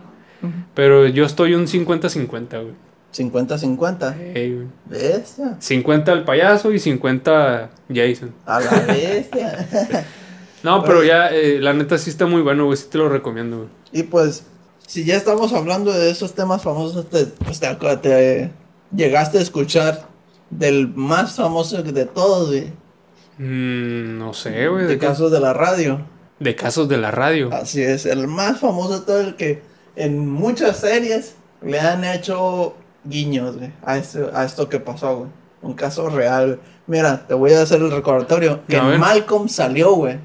S2: Pero yo estoy un 50-50, güey.
S1: 50-50.
S2: Ey, güey.
S1: Bestia.
S2: 50 al payaso y 50 Jason.
S1: A la bestia.
S2: No, pero ya, eh, la neta sí está muy bueno, güey. Sí te lo recomiendo, güey.
S1: y pues, si ya estamos hablando de esos temas famosos, te, pues te, acu- te llegaste a escuchar del más famoso de todos, güey.
S2: Mm, no sé, güey.
S1: De
S2: De, ca-
S1: casos Ah. de la radio.
S2: de casos de la radio.
S1: Así es, el más famoso de todo el que en muchas series le han hecho guiños, güey, a, esto- a esto que pasó, güey. Un caso real, güey. Mira, te voy a hacer el recordatorio. Que
S2: A ver.
S1: en Malcolm salió, güey.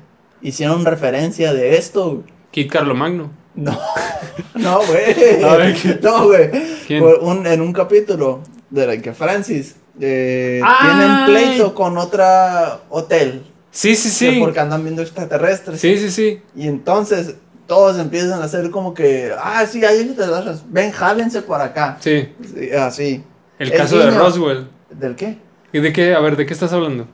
S1: Hicieron referencia de esto, güey.
S2: Kid Carlomagno.
S1: No, no, güey.
S2: A ver, ¿quién?
S1: No, güey.
S2: ¿Quién?
S1: Por un- en un capítulo de la que Francis eh,
S2: ¡Ay!
S1: tienen pleito con otra hotel.
S2: Sí, sí,
S1: que
S2: sí.
S1: Porque andan viendo extraterrestres.
S2: Sí, sí, sí.
S1: Y entonces todos empiezan a hacer como que, ah, sí, hay extraterrestres, ven, jálense para acá.
S2: Sí.
S1: Sí, así.
S2: El
S1: El
S2: caso de
S1: guiño.
S2: Roswell.
S1: ¿Del qué?
S2: ¿Y de qué? A ver, ¿de qué estás hablando?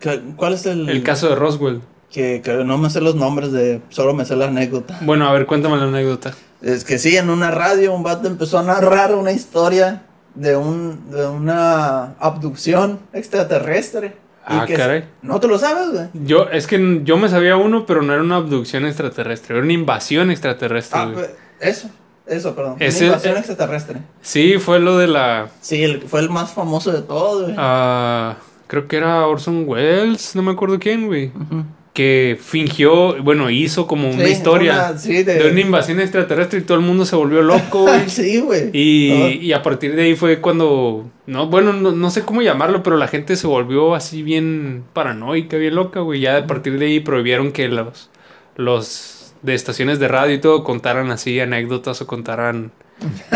S1: ¿Qué- ¿Cuál es el,
S2: El caso de Roswell.
S1: Que, que no me sé los nombres de, solo me sé la anécdota.
S2: Bueno, a ver, cuéntame la anécdota.
S1: Es que sí, en una radio un vato empezó a narrar una historia de, un, de una abducción extraterrestre.
S2: Ah,
S1: que-
S2: caray.
S1: No te lo sabes, güey.
S2: Yo, es que n- yo me sabía uno, pero no era una abducción extraterrestre, era una invasión extraterrestre.
S1: Ah,
S2: güey.
S1: pues, eso, eso, perdón. Una
S2: Ese-
S1: invasión
S2: eh.
S1: extraterrestre.
S2: Sí, fue lo de la...
S1: Sí, el- fue el más famoso de todos, güey.
S2: ah, creo que era Orson Welles, no me acuerdo quién, güey.
S1: Ujú.
S2: Que fingió, bueno, hizo como una
S1: Sí,
S2: historia
S1: una- sí, de-
S2: de una invasión extraterrestre y todo el mundo se volvió loco, güey.
S1: sí, güey.
S2: Y,
S1: Ajá.
S2: y a partir de ahí fue cuando, no, bueno, no, no sé cómo llamarlo, pero la gente se volvió así bien paranoica, bien loca, güey. Ya a partir de ahí prohibieron que los, los de estaciones de radio y todo contaran así anécdotas o contaran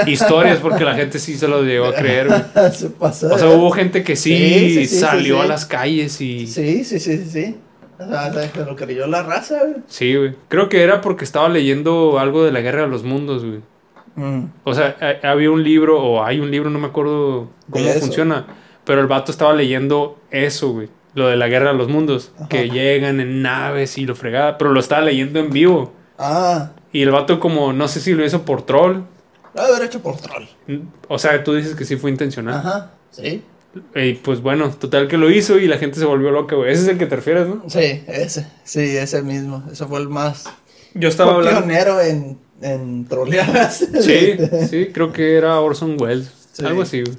S2: historias, porque la gente sí se lo llegó a creer, güey.
S1: se pasó.
S2: O sea, hubo gente que sí,
S1: Sí, sí, sí, sí,
S2: salió
S1: sí.
S2: a las calles y...
S1: Sí,
S2: Sí.
S1: sí, sí, sí, sí. O sea, hasta que lo creyó la raza, güey.
S2: güey. Creo que era porque estaba leyendo algo de la guerra de los mundos, güey. O sea, ha- había un libro, o hay un libro, no me acuerdo cómo
S1: De eso.
S2: funciona. Pero el vato estaba leyendo eso, güey. Lo de la guerra de los mundos.
S1: Ajá.
S2: Que llegan en naves y lo fregada. Pero lo estaba leyendo en vivo.
S1: Ah,
S2: Y el vato, como, no sé si lo hizo por troll.
S1: lo haber hecho por troll.
S2: O sea, tú dices que sí fue intencional.
S1: Ajá, sí.
S2: Y pues bueno, total que lo hizo y la gente se volvió loca, güey. Ese es el que te refieres, ¿no?
S1: Sí, ese. Sí, ese mismo. Ese fue el más
S2: Yo estaba
S1: fue
S2: hablando.
S1: pionero en, en troleadas.
S2: Sí, sí, creo que era Orson Welles.
S1: Sí.
S2: Algo así, güey.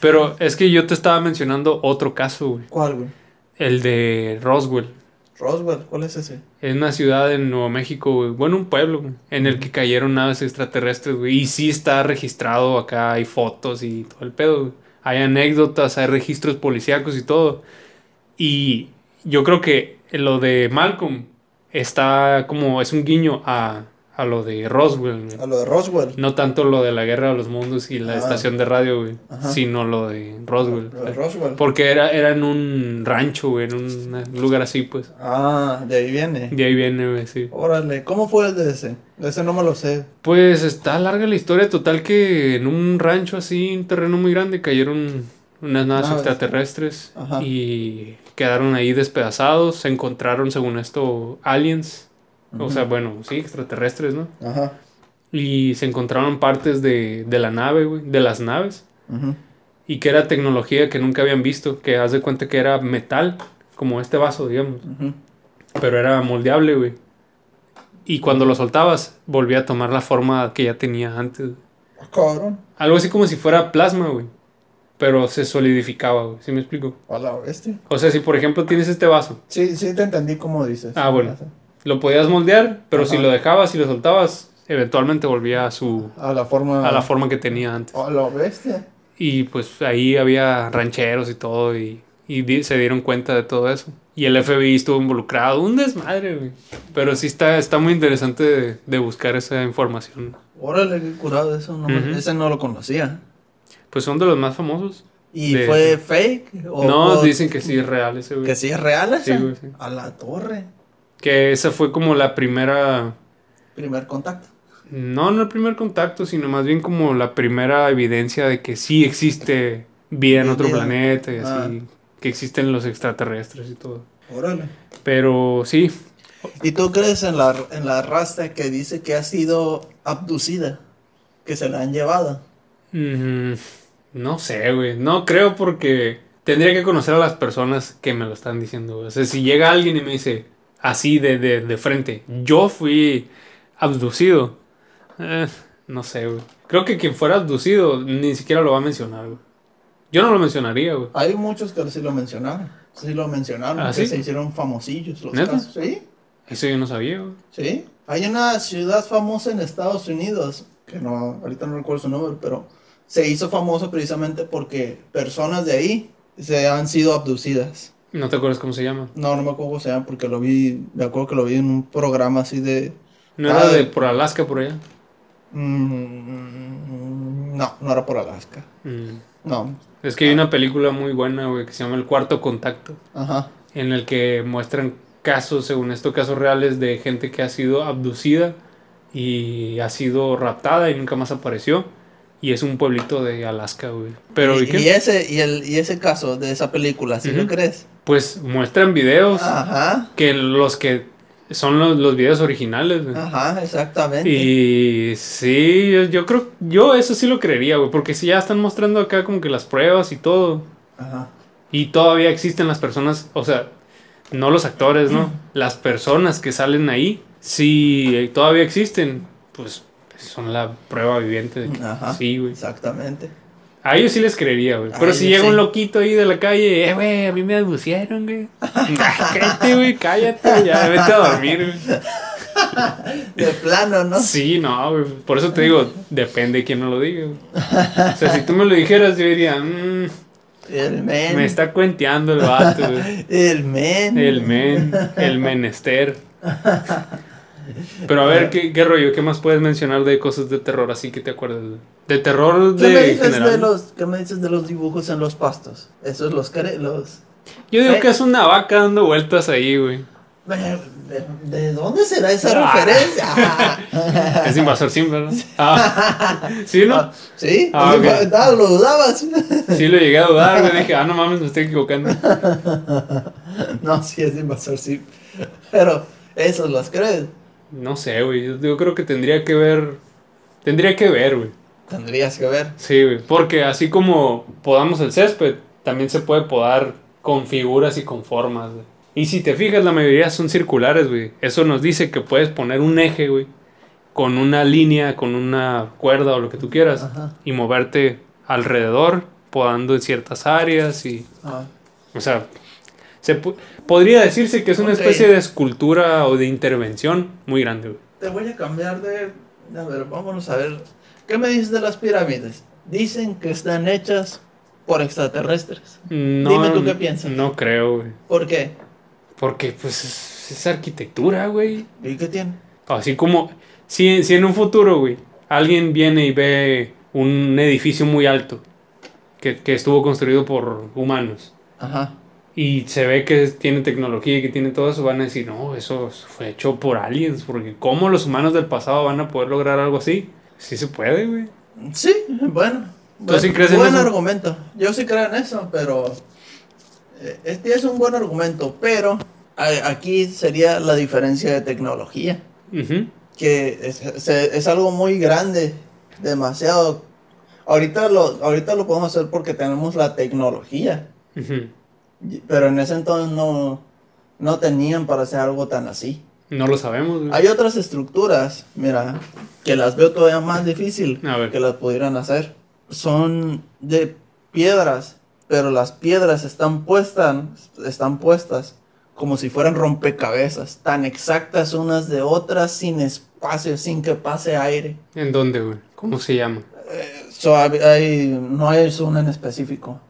S2: Pero es que yo te estaba mencionando otro caso, güey.
S1: ¿Cuál, güey?
S2: El de Roswell.
S1: Roswell, ¿cuál es ese?
S2: Es una ciudad en Nuevo México, güey. Bueno, un pueblo, güey, En el que cayeron naves extraterrestres, güey. Y sí está registrado acá. Hay fotos y todo el pedo, güey. Hay anécdotas, hay registros policíacos y todo. Y yo creo que lo de Malcolm está como... Es un guiño a, a lo de Roswell, güey.
S1: A Ah, lo de Roswell.
S2: No tanto lo de la guerra de los mundos y la
S1: Ah.
S2: estación de radio, güey.
S1: Ajá.
S2: Sino lo de Roswell.
S1: Lo de Roswell.
S2: Porque era, era en un rancho, güey. En un un lugar así, pues.
S1: Ah, de ahí viene.
S2: De ahí viene, güey, sí.
S1: Órale, ¿cómo fue el de ese? Ese no me lo sé.
S2: Pues está larga la historia, total que en un rancho así, un terreno muy grande, cayeron unas naves
S1: Naves.
S2: extraterrestres
S1: Ajá.
S2: y quedaron ahí despedazados, se encontraron según esto aliens, o sea, bueno, sí, extraterrestres, ¿no?
S1: Ajá.
S2: Y se encontraron partes de, de la nave, güey, de las naves,
S1: Ujú.
S2: y que era tecnología que nunca habían visto, que haz de cuenta que era metal, como este vaso, digamos,
S1: Ujú.
S2: pero era moldeable, güey. Y cuando lo soltabas, volvía a tomar la forma que ya tenía antes. güey.
S1: Ah, Cabrón.
S2: Algo así como si fuera plasma, güey. Pero se solidificaba, güey. ¿Sí me explico?
S1: A la bestia.
S2: O sea, si por ejemplo tienes este vaso,
S1: Sí, sí te entendí como dices.
S2: Ah, bueno. lo podías moldear, pero si
S1: Ajá.
S2: lo dejabas y lo soltabas, eventualmente volvía a su.
S1: A la forma.
S2: a la forma que tenía antes.
S1: A la bestia.
S2: Y pues ahí había rancheros y todo, y, y di- se dieron cuenta de todo eso. Y el FBI estuvo involucrado. Un desmadre, güey. Pero sí está, está muy interesante de, de buscar esa información.
S1: Órale, qué curado eso. No, me-
S2: Ujú.
S1: Ese no lo conocía.
S2: Pues son de los más famosos.
S1: ¿Y
S2: De-
S1: fue fake? ¿O-
S2: No,
S1: o-
S2: dicen que sí es real ese, güey.
S1: que sí es real esa?
S2: Sí, güey, sí.
S1: A la torre.
S2: Que esa fue como la primera.
S1: Primer contacto.
S2: No, no el primer contacto, sino más bien como la primera evidencia de que sí existe vida en otro
S1: Vida.
S2: planeta y
S1: Ah.
S2: así. Que existen los extraterrestres y todo.
S1: Órale.
S2: Pero sí,
S1: ¿Y tú crees en la, en la raza que dice que ha sido abducida? Que se la han llevado.
S2: Mm, no sé, güey. No creo porque tendría que conocer a las personas que me lo están diciendo. güey. O sea, si llega alguien y me dice así de, de, de frente, yo fui abducido. eh, no sé, güey. Creo que quien fuera abducido ni siquiera lo va a mencionar, güey. Yo no lo mencionaría, güey.
S1: Hay muchos que sí lo mencionaron. Sí lo mencionaron.
S2: ¿Ah,
S1: que
S2: sí?
S1: se hicieron famosillos los
S2: ¿Neta?
S1: casos. Sí,
S2: Eso yo no sabía, güey.
S1: sí. Hay una ciudad famosa en Estados Unidos, que no, ahorita no recuerdo su nombre, pero se hizo famoso precisamente porque personas de ahí se han sido abducidas.
S2: No te acuerdas cómo se llama.
S1: No, no me acuerdo cómo se llama porque lo vi, me acuerdo que lo vi en un programa así de...
S2: No
S1: Ah,
S2: era de
S1: de-
S2: por Alaska, por allá.
S1: mm, no, no era por Alaska.
S2: Mm.
S1: No,
S2: Es
S1: Ah.
S2: que hay una película muy buena, güey, que se llama El Cuarto Contacto.
S1: ajá.
S2: en el que muestran casos, según esto, casos reales de gente que ha sido abducida y ha sido raptada y nunca más apareció. Y es un pueblito de Alaska, güey. Pero,
S1: y,
S2: ¿y qué?
S1: y ese, y, el, y ese caso de esa película, ¿sí lo
S2: Ujú.
S1: crees?
S2: Pues muestran videos
S1: Ah. Ajá,
S2: que los que son los, los videos originales, güey.
S1: ajá, exactamente.
S2: Y sí, yo, yo creo, yo eso sí lo creería, güey, porque si ya están mostrando acá como que las pruebas y todo,
S1: Ajá.
S2: Y todavía existen las personas, o sea, no los actores, ¿no? Las personas que salen ahí, si eh, todavía existen, pues son la prueba viviente de que
S1: Ajá.
S2: sí, güey.
S1: Exactamente.
S2: A ellos sí les creería, güey.
S1: A
S2: Pero si
S1: ellos
S2: llega
S1: sí.
S2: un loquito ahí de la calle, eh, güey, a mí me abusieron, güey. cállate, güey, cállate, ya vete a dormir, güey.
S1: De plano, ¿no?
S2: Sí, no, güey. Por eso te digo, depende de quién me lo diga, güey. O sea, si tú me lo dijeras, yo diría, "Mm,
S1: El men.
S2: me está cuenteando el vato, güey.
S1: El men.
S2: El men, el menester. Pero a ver, ¿qué, qué rollo? ¿Qué más puedes mencionar de cosas de terror así que te acuerdas? De terror
S1: ¿Qué me,
S2: de
S1: dices de
S2: general.
S1: los, ¿Qué me dices de los dibujos en los pastos? Esos los... cre- los
S2: Yo digo que es una vaca dando vueltas ahí, güey.
S1: ¿De, de- de dónde será esa
S2: Ah.
S1: referencia?
S2: Es invasor sin, ¿verdad? Ah, sí, ¿no?
S1: Ah, ¿Sí?
S2: Ah,
S1: No,
S2: ok.
S1: no, lo dudabas.
S2: Sí, lo llegué a dudar, güey. Dije, ah, no mames, me estoy equivocando.
S1: no, sí, es invasor, sí. Pero esos los crees.
S2: No sé, güey. Yo, yo creo que tendría que ver. Tendría que ver, güey.
S1: Tendrías que ver.
S2: Sí, güey. Porque así como podamos el césped, también se puede podar con figuras y con formas, güey. Y si te fijas, la mayoría son circulares, güey. Eso nos dice que puedes poner un eje, güey, con una línea, con una cuerda o lo que tú quieras,
S1: Ajá.
S2: y moverte alrededor, podando en ciertas áreas y...
S1: Ah,
S2: O sea, se pu- podría decirse que es una
S1: Ok.
S2: especie de escultura o de intervención muy grande, güey.
S1: Te voy a cambiar de... A ver, vámonos a ver. ¿Qué me dices de las pirámides? Dicen que están hechas por extraterrestres.
S2: No,
S1: Dime tú qué piensas.
S2: No creo, güey.
S1: ¿Por qué?
S2: Porque, pues, es- es arquitectura, güey.
S1: ¿Y qué tiene?
S2: Así como, si, si en un futuro, güey, alguien viene y ve un edificio muy alto que, que estuvo construido por humanos
S1: Ajá.
S2: y se ve que tiene tecnología y que tiene todo eso, van a decir, no, eso fue hecho por aliens, porque ¿cómo los humanos del pasado van a poder lograr algo así? Sí se puede, güey.
S1: Sí, bueno.
S2: ¿Tú sí
S1: Buen-
S2: crees en
S1: buen
S2: eso?
S1: argumento. Yo sí creo en eso, pero eh, este es un buen argumento, pero a- aquí sería la diferencia de tecnología,
S2: Ujú.
S1: que es, es- es algo muy grande, demasiado. Ahorita lo, ahorita lo podemos hacer porque tenemos la tecnología,
S2: Ujú.
S1: y- pero en ese entonces no, no tenían para hacer algo tan así.
S2: No lo sabemos, güey.
S1: Hay otras estructuras, mira, que las veo todavía más difícil
S2: A ver.
S1: que las pudieran hacer. Son de piedras, pero las piedras están puestas, están puestas como si fueran rompecabezas, tan exactas unas de otras, sin espacio, sin que pase aire.
S2: ¿En dónde, güey? ¿Cómo se llama?
S1: So, hab- hay- no hay una en específico.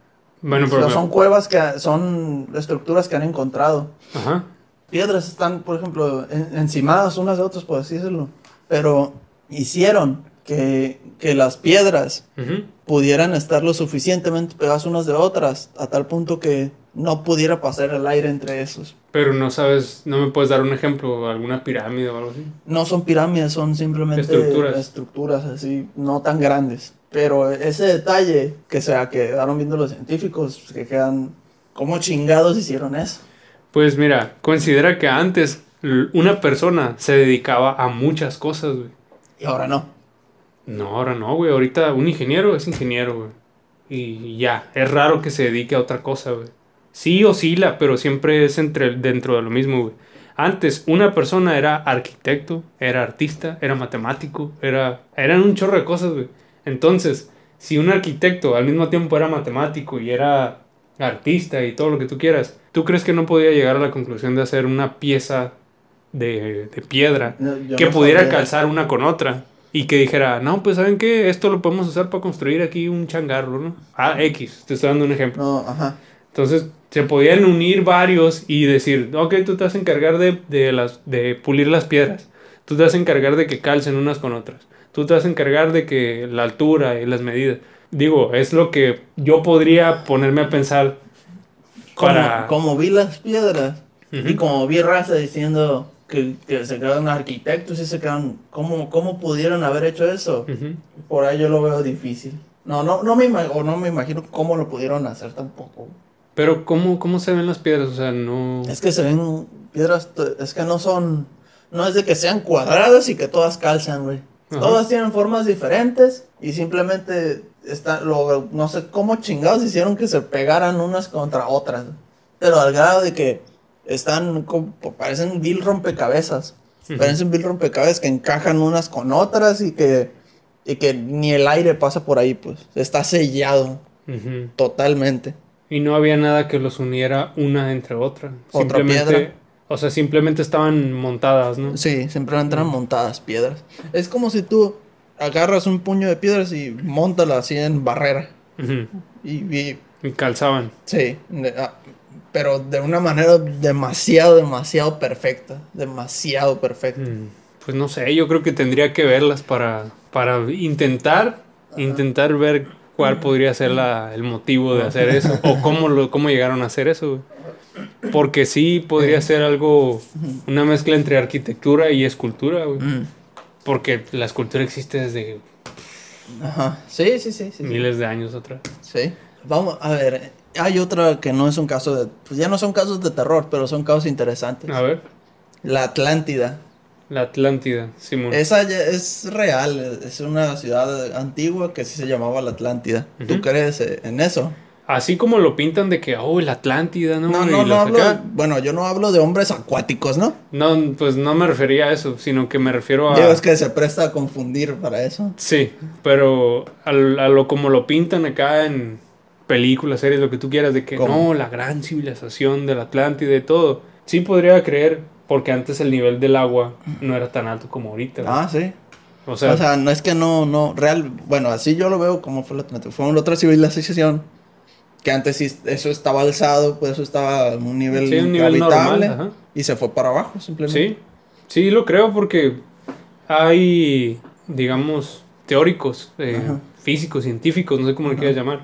S2: Bueno,
S1: So,
S2: pero...
S1: son cuevas que son estructuras que han encontrado
S2: Ajá.
S1: piedras están, por ejemplo, en- encimadas unas de otras, por así decirlo. Pero hicieron que, que las piedras
S2: Ujú.
S1: pudieran estar lo suficientemente pegadas unas de otras, a tal punto que no pudiera pasar el aire entre esos.
S2: Pero no sabes, no me puedes dar un ejemplo, alguna pirámide o algo así.
S1: No son pirámides, son simplemente
S2: Estructuras.
S1: estructuras así, no tan grandes. Pero ese detalle que se quedaron viendo los científicos, que quedan, ¿cómo chingados hicieron eso?
S2: Pues mira, considera que antes l- una persona se dedicaba a muchas cosas, güey.
S1: Y ahora no.
S2: No, ahora no, güey. Ahorita un ingeniero es ingeniero, güey. Y ya, es raro que se dedique a otra cosa, güey. Sí oscila, pero siempre es entre, dentro de lo mismo, güey. Antes una persona era arquitecto, era artista, era matemático, era, eran un chorro de cosas, güey. Entonces, si un arquitecto al mismo tiempo era matemático y era artista y todo lo que tú quieras, ¿tú crees que no podía llegar a la conclusión de hacer una pieza de, de piedra
S1: No, yo
S2: que
S1: no
S2: pudiera
S1: sabía.
S2: calzar una con otra y que dijera, no, pues saben qué, esto lo podemos usar para construir aquí un changarro, ¿no? Ah, X, te estoy dando un ejemplo.
S1: No, ajá.
S2: Entonces se podían unir varios y decir, ok, tú te vas a encargar de, de las, de pulir las piedras, tú te vas a encargar de que calcen unas con otras, tú te vas a encargar de que la altura y las medidas. Digo, es lo que yo podría ponerme a pensar
S1: Como,
S2: para...
S1: como vi las piedras
S2: Ujú.
S1: y como vi raza diciendo que, que se quedaron arquitectos y se quedaron, ¿cómo, ¿cómo pudieron haber hecho eso?
S2: Ujú.
S1: Por ahí yo lo veo difícil. No, no, no me, ima- o no me imagino cómo lo pudieron hacer tampoco.
S2: Pero ¿cómo, ¿cómo se ven las piedras? O sea, no...
S1: Es que se ven piedras, t- es que no son, no es de que sean cuadradas y que todas calzan, güey.
S2: Ajá.
S1: Todas tienen formas diferentes y simplemente están, lo, no sé cómo chingados hicieron que se pegaran unas contra otras. Pero al grado de que están, como- parecen vil rompecabezas.
S2: Ujú.
S1: Parecen vil rompecabezas que encajan unas con otras y que, y que ni el aire pasa por ahí, pues. Está sellado
S2: Ujú.
S1: totalmente.
S2: Y no había nada que los uniera una entre otra.
S1: Otra
S2: simplemente,
S1: piedra.
S2: O sea, simplemente estaban montadas, ¿no?
S1: Sí, siempre entran
S2: Mm.
S1: montadas piedras. Es como si tú agarras un puño de piedras y montala así en barrera.
S2: Ujú.
S1: Y, y-
S2: Y calzaban.
S1: sí, ne- ah, pero de una manera demasiado, demasiado perfecta. Demasiado perfecta.
S2: Mm, Pues no sé, yo creo que tendría que verlas para, para intentar, intentar ver cuál podría ser la- el motivo de hacer eso. o cómo, lo, cómo llegaron a hacer eso. güey. Porque sí
S1: Eh.
S2: podría ser algo, una mezcla entre arquitectura y escultura,
S1: Mm.
S2: güey. Porque la escultura existe desde
S1: Ajá. Sí, sí, sí, sí, sí.
S2: miles de años atrás.
S1: Sí. Vamos, a ver. Hay otra que no es un caso de... Pues ya no son casos de terror, pero son casos interesantes.
S2: A ver,
S1: La Atlántida.
S2: la Atlántida, Simón.
S1: Esa ya es real, es una ciudad antigua que sí se llamaba la Atlántida.
S2: Ujú.
S1: ¿Tú crees eh, en eso?
S2: Así como lo pintan de que, oh, la Atlántida, ¿no?
S1: No,
S2: Y
S1: no, no
S2: los
S1: hablo.
S2: acá.
S1: Bueno, yo no hablo de hombres acuáticos, ¿no?
S2: No, pues no me refería a eso, sino que me refiero a...
S1: Digo, es que se presta a confundir para eso.
S2: Sí, pero al- a, lo como lo pintan acá en películas, series, lo que tú quieras, de que
S1: ¿Cómo?
S2: no, la gran civilización de la Atlántida y todo. Sí podría creer, porque antes el nivel del agua no era tan alto como ahorita. ¿no?
S1: Ah, sí.
S2: o sea,
S1: O sea, no es que no, no, real. Bueno, así yo lo veo como fue la Atlántida. Fue una otra civilización que antes sí eso estaba alzado, pues eso estaba a un nivel,
S2: Sí, un nivel
S1: habitable,
S2: normal, ajá.
S1: y se fue para abajo simplemente.
S2: Sí, sí lo creo porque hay, digamos, teóricos, eh,
S1: Ajá.
S2: físicos, científicos, no sé cómo le quieras llamar,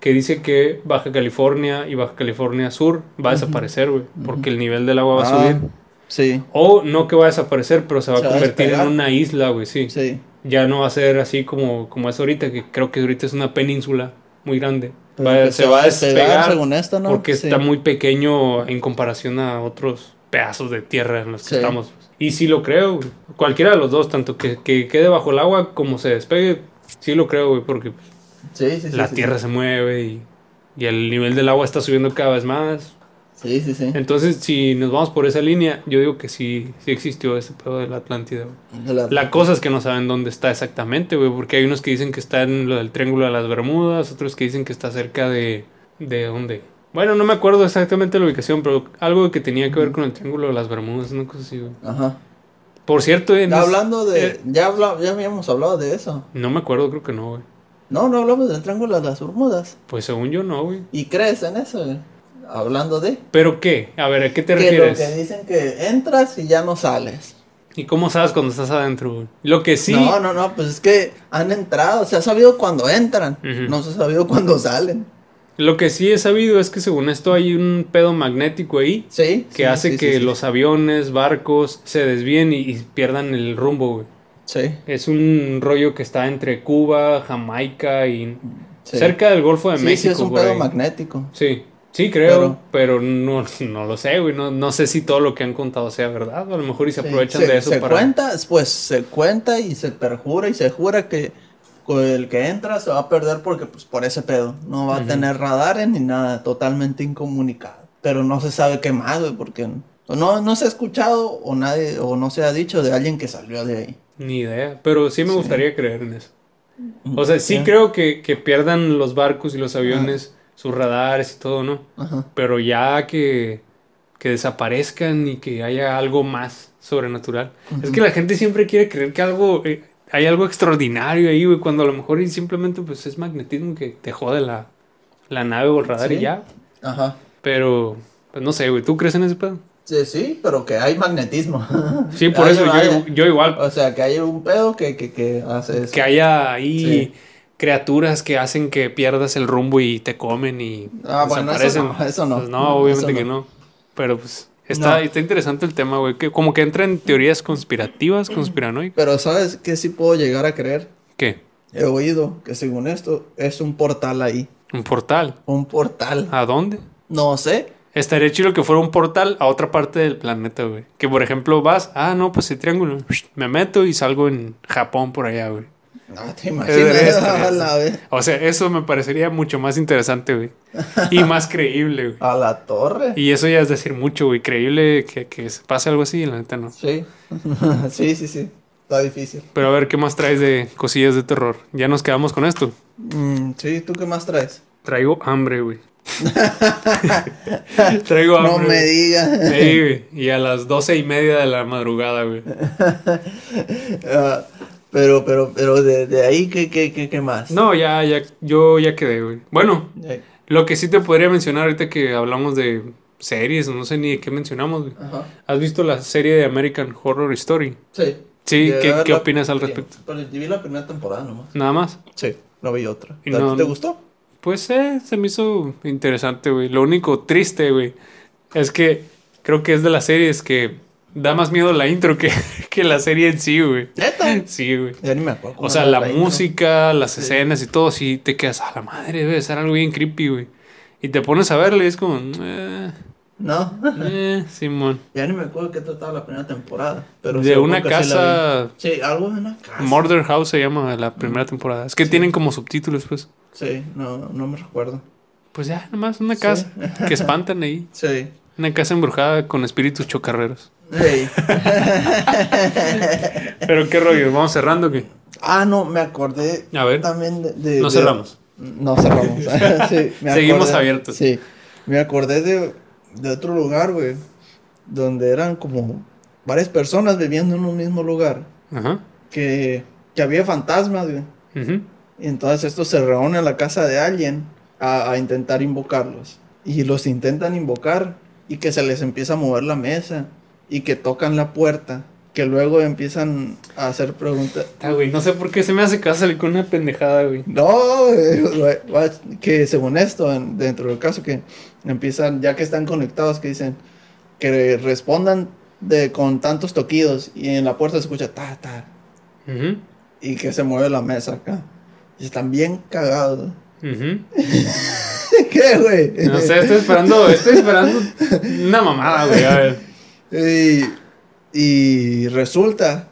S2: que dice que Baja California y Baja California Sur va a desaparecer, güey, porque el nivel del agua va a
S1: Ah,
S2: subir.
S1: Sí,
S2: O no que va a desaparecer, pero se va
S1: Se
S2: a
S1: va a
S2: convertir en
S1: despegar.
S2: una isla, güey, sí.
S1: sí.
S2: Ya no va a ser así como, como es ahorita, que creo que ahorita es una península muy grande.
S1: Pero
S2: Va-
S1: que
S2: se va a despegar
S1: según esto, ¿no? pues,
S2: porque
S1: Sí.
S2: está muy pequeño en comparación a otros pedazos de tierra en los que
S1: Sí.
S2: estamos. Y sí lo creo, güey. cualquiera de los dos, tanto que, que quede bajo el agua como se despegue, sí lo creo, güey, porque pues,
S1: Sí, sí, sí,
S2: la
S1: sí,
S2: tierra se mueve y, y el nivel del agua está subiendo cada vez más.
S1: Sí, sí, sí.
S2: Entonces, si nos vamos por esa línea, yo digo que sí, sí existió ese pedo de la Atlántida. güey.
S1: La-
S2: La cosa es que no saben dónde está exactamente, güey, porque hay unos que dicen que está en lo del Triángulo de las Bermudas, otros que dicen que está cerca de... ¿De dónde? Bueno, no me acuerdo exactamente la ubicación, pero algo que tenía que ver con el Triángulo de las Bermudas, una cosa así, güey.
S1: Ajá.
S2: Por cierto, en
S1: Ya
S2: es-
S1: hablando de.
S2: eh,
S1: ya, habla- ya habíamos hablado de eso.
S2: No me acuerdo, creo que no, güey.
S1: No, no hablamos del Triángulo de las Bermudas.
S2: Pues según yo no, güey.
S1: ¿Y crees en eso? güey? Hablando de.
S2: ¿Pero qué? A ver, ¿a qué te
S1: que lo que
S2: refieres?
S1: dicen que entras y ya no sales.
S2: ¿Y cómo sabes cuando estás adentro, güey? Lo que sí.
S1: No, no, no, pues es que han entrado, se ha sabido cuando entran,
S2: Ujú.
S1: no se ha sabido cuando salen.
S2: Lo que sí he sabido es que según esto hay un pedo magnético ahí
S1: Sí.
S2: que hace que los aviones, barcos se desvíen y, y pierdan el rumbo, güey.
S1: Sí,
S2: Es un rollo que está entre Cuba, Jamaica y
S1: sí.
S2: cerca del Golfo de
S1: Sí,
S2: México,
S1: sí, es un
S2: por
S1: pedo
S2: ahí.
S1: magnético.
S2: Sí, sí creo, pero, no, no lo sé, güey. No, no sé si todo lo que han contado sea verdad. A lo mejor y se
S1: Sí,
S2: aprovechan
S1: se-
S2: de eso
S1: se
S2: para.
S1: cuenta, pues se cuenta y se perjura y se jura que con el que entra se va a perder porque pues por ese pedo no va a
S2: Ujú.
S1: tener radares ni nada, totalmente incomunicado. Pero no se sabe qué más, güey, porque no, no se ha escuchado o nadie o no se ha dicho de alguien que salió de ahí.
S2: Ni idea. Pero sí me gustaría creer en eso. O sea, sí
S1: Ya.
S2: creo que, que pierdan los barcos y los aviones, sus radares y todo, ¿no?
S1: Ajá.
S2: Pero ya que, que desaparezcan y que haya algo más sobrenatural. Es que la gente siempre quiere creer que algo eh, hay algo extraordinario ahí, güey, cuando a lo mejor y simplemente pues es magnetismo que te jode la, la nave o el radar y
S1: Sí.
S2: ya.
S1: Ajá.
S2: Pero, pues no sé, güey, ¿tú crees en ese pedo?
S1: Sí, sí, pero que hay magnetismo.
S2: Sí, por
S1: Hay-
S2: eso yo,
S1: hay-
S2: yo igual,
S1: O sea, que hay un pedo que, que, que hace eso.
S2: que haya ahí
S1: Sí.
S2: criaturas que hacen que pierdas el rumbo y te comen y
S1: Ah, bueno, eso no, eso no.
S2: Pues no, obviamente
S1: Eso
S2: que no. Pero pues está,
S1: No.
S2: está interesante el tema, güey, que como que entra en teorías conspirativas, conspiranoicas.
S1: Pero ¿sabes qué sí puedo llegar a creer?
S2: ¿Qué?
S1: He oído que según esto es un portal ahí.
S2: ¿Un portal?
S1: Un portal.
S2: ¿A dónde?
S1: No sé.
S2: Estaría chido que fuera un portal a otra parte del planeta, güey. Que por ejemplo vas, ah, no, pues el triángulo, me meto y salgo en Japón por allá, güey.
S1: No Ah, te
S2: Debería
S1: imaginas.
S2: estar
S1: A
S2: eso.
S1: la, vez.
S2: O sea, eso me parecería mucho más interesante, güey. Y más creíble, güey.
S1: a la torre.
S2: Y eso ya es decir mucho, güey. Creíble que, que se pase algo así, la neta no.
S1: Sí. sí, sí, sí. Está difícil.
S2: Pero a ver, ¿qué más traes de cosillas de terror? Ya nos quedamos con esto.
S1: Mm, sí, ¿tú qué más traes?
S2: Traigo hambre, güey. Traigo hambre.
S1: No me
S2: güey.
S1: digas.
S2: Ey, güey, Y a las doce y media de la madrugada, güey.
S1: Ah, pero, pero, pero de, de ahí, ¿qué, qué, qué, qué más?
S2: No, ya, ya, yo ya quedé, güey. Bueno,
S1: Eh,
S2: lo que sí te podría mencionar ahorita que hablamos de series, no sé ni de qué mencionamos, güey.
S1: Ajá.
S2: ¿Has visto la serie de American Horror Story?
S1: Sí.
S2: Sí,
S1: Llegué
S2: ¿qué-
S1: a ver
S2: qué
S1: la-
S2: opinas al
S1: sí,
S2: respecto?
S1: Pero yo vi la primera temporada nomás.
S2: Nada más.
S1: Sí, no vi otra.
S2: Y
S1: ¿A ti
S2: no-
S1: te gustó?
S2: Pues eh, se me hizo interesante, güey. Lo único triste, güey, es que creo que es de las series que da más miedo la intro que, que la serie en sí, güey.
S1: ¿Neta?
S2: Sí, güey.
S1: Ya ni me acuerdo.
S2: O
S1: cómo
S2: sea,
S1: era
S2: la
S1: intro.
S2: música, las escenas y todo, sí te quedas a la madre, debe ser algo bien creepy, güey. Y te pones a verle y es como, eh,
S1: No,
S2: eh, Simón.
S1: ya ni me acuerdo qué trataba la primera temporada. Pero
S2: De
S1: seguro
S2: una
S1: que sí la
S2: casa,
S1: vi. Mm. Sí, algo de una casa.
S2: Murder House se llama la primera temporada. Es que tienen como subtítulos, pues.
S1: Sí, no, no me recuerdo.
S2: Pues ya, nomás una
S1: Sí.
S2: casa que espantan ahí.
S1: Sí.
S2: Una casa embrujada con espíritus chocarreros.
S1: Ey.
S2: Pero qué rollo, vamos cerrando que
S1: ah, no, me acordé
S2: A ver.
S1: también de... de-
S2: no
S1: de-
S2: cerramos.
S1: No cerramos. Sí, me
S2: Seguimos abiertos.
S1: Sí, me acordé de, de otro lugar, güey, donde eran como varias personas viviendo en un mismo lugar,
S2: Ajá.
S1: que, que había fantasmas, güey.
S2: Ujú.
S1: Y entonces estos se reúnen en la casa de alguien a, a intentar invocarlos. Y los intentan invocar y que se les empieza a mover la mesa y que tocan la puerta, que luego empiezan a hacer preguntas.
S2: Ah, güey, no sé por qué se me hace caso salir con una pendejada, güey.
S1: No, güey, güey, güey, que según esto, en- dentro del caso, que empiezan, ya que están conectados, que dicen que respondan de, con tantos toquidos y en la puerta se escucha ta, ta,
S2: Ujú.
S1: y que se mueve la mesa acá. Y están bien cagados.
S2: Ujú.
S1: ¿Qué, güey?
S2: No sé, estoy esperando, estoy esperando una mamada, güey. A ver.
S1: Y, y resulta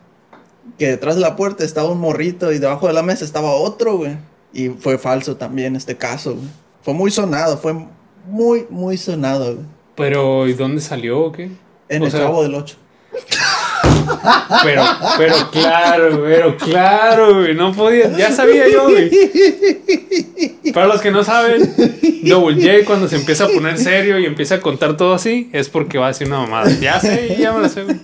S1: que detrás de la puerta estaba un morrito y debajo de la mesa estaba otro, güey. Y fue falso también este caso, güey. Fue muy sonado, fue muy, muy sonado, güey.
S2: Pero, ¿y dónde salió o qué?
S1: En
S2: O
S1: el
S2: sea-
S1: Chavo del 8.
S2: Pero, pero claro, pero claro, güey. No podía, ya sabía yo, güey. Para los que no saben, Double J cuando se empieza a poner serio y empieza a contar todo así, es porque va a decir una mamada. Ya sé, ya me la sé, güey.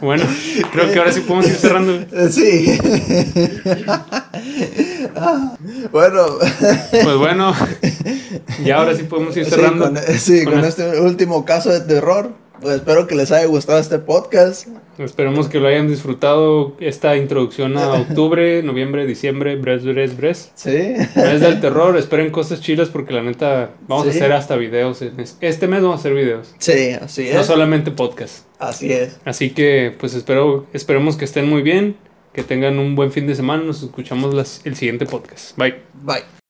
S2: Bueno, creo que ahora sí podemos ir cerrando. güey.
S1: Eh, Sí. bueno,
S2: Pues bueno, ya ahora sí podemos ir
S1: sí,
S2: cerrando.
S1: con, eh, sí,
S2: Con
S1: con
S2: el-
S1: este último caso de terror. pues espero que les haya gustado este podcast.
S2: Esperemos que lo hayan disfrutado esta introducción a octubre, noviembre, diciembre, bres, bres, bres.
S1: Sí.
S2: Mes del terror, esperen cosas chilas porque la neta vamos
S1: Sí.
S2: a hacer hasta videos. en es- Este mes vamos a hacer videos,
S1: Sí, así
S2: no
S1: es.
S2: solamente podcast.
S1: Así es.
S2: Así que pues espero, esperemos que estén muy bien, que tengan un buen fin de semana. Nos escuchamos las- el siguiente podcast. Bye.
S1: Bye.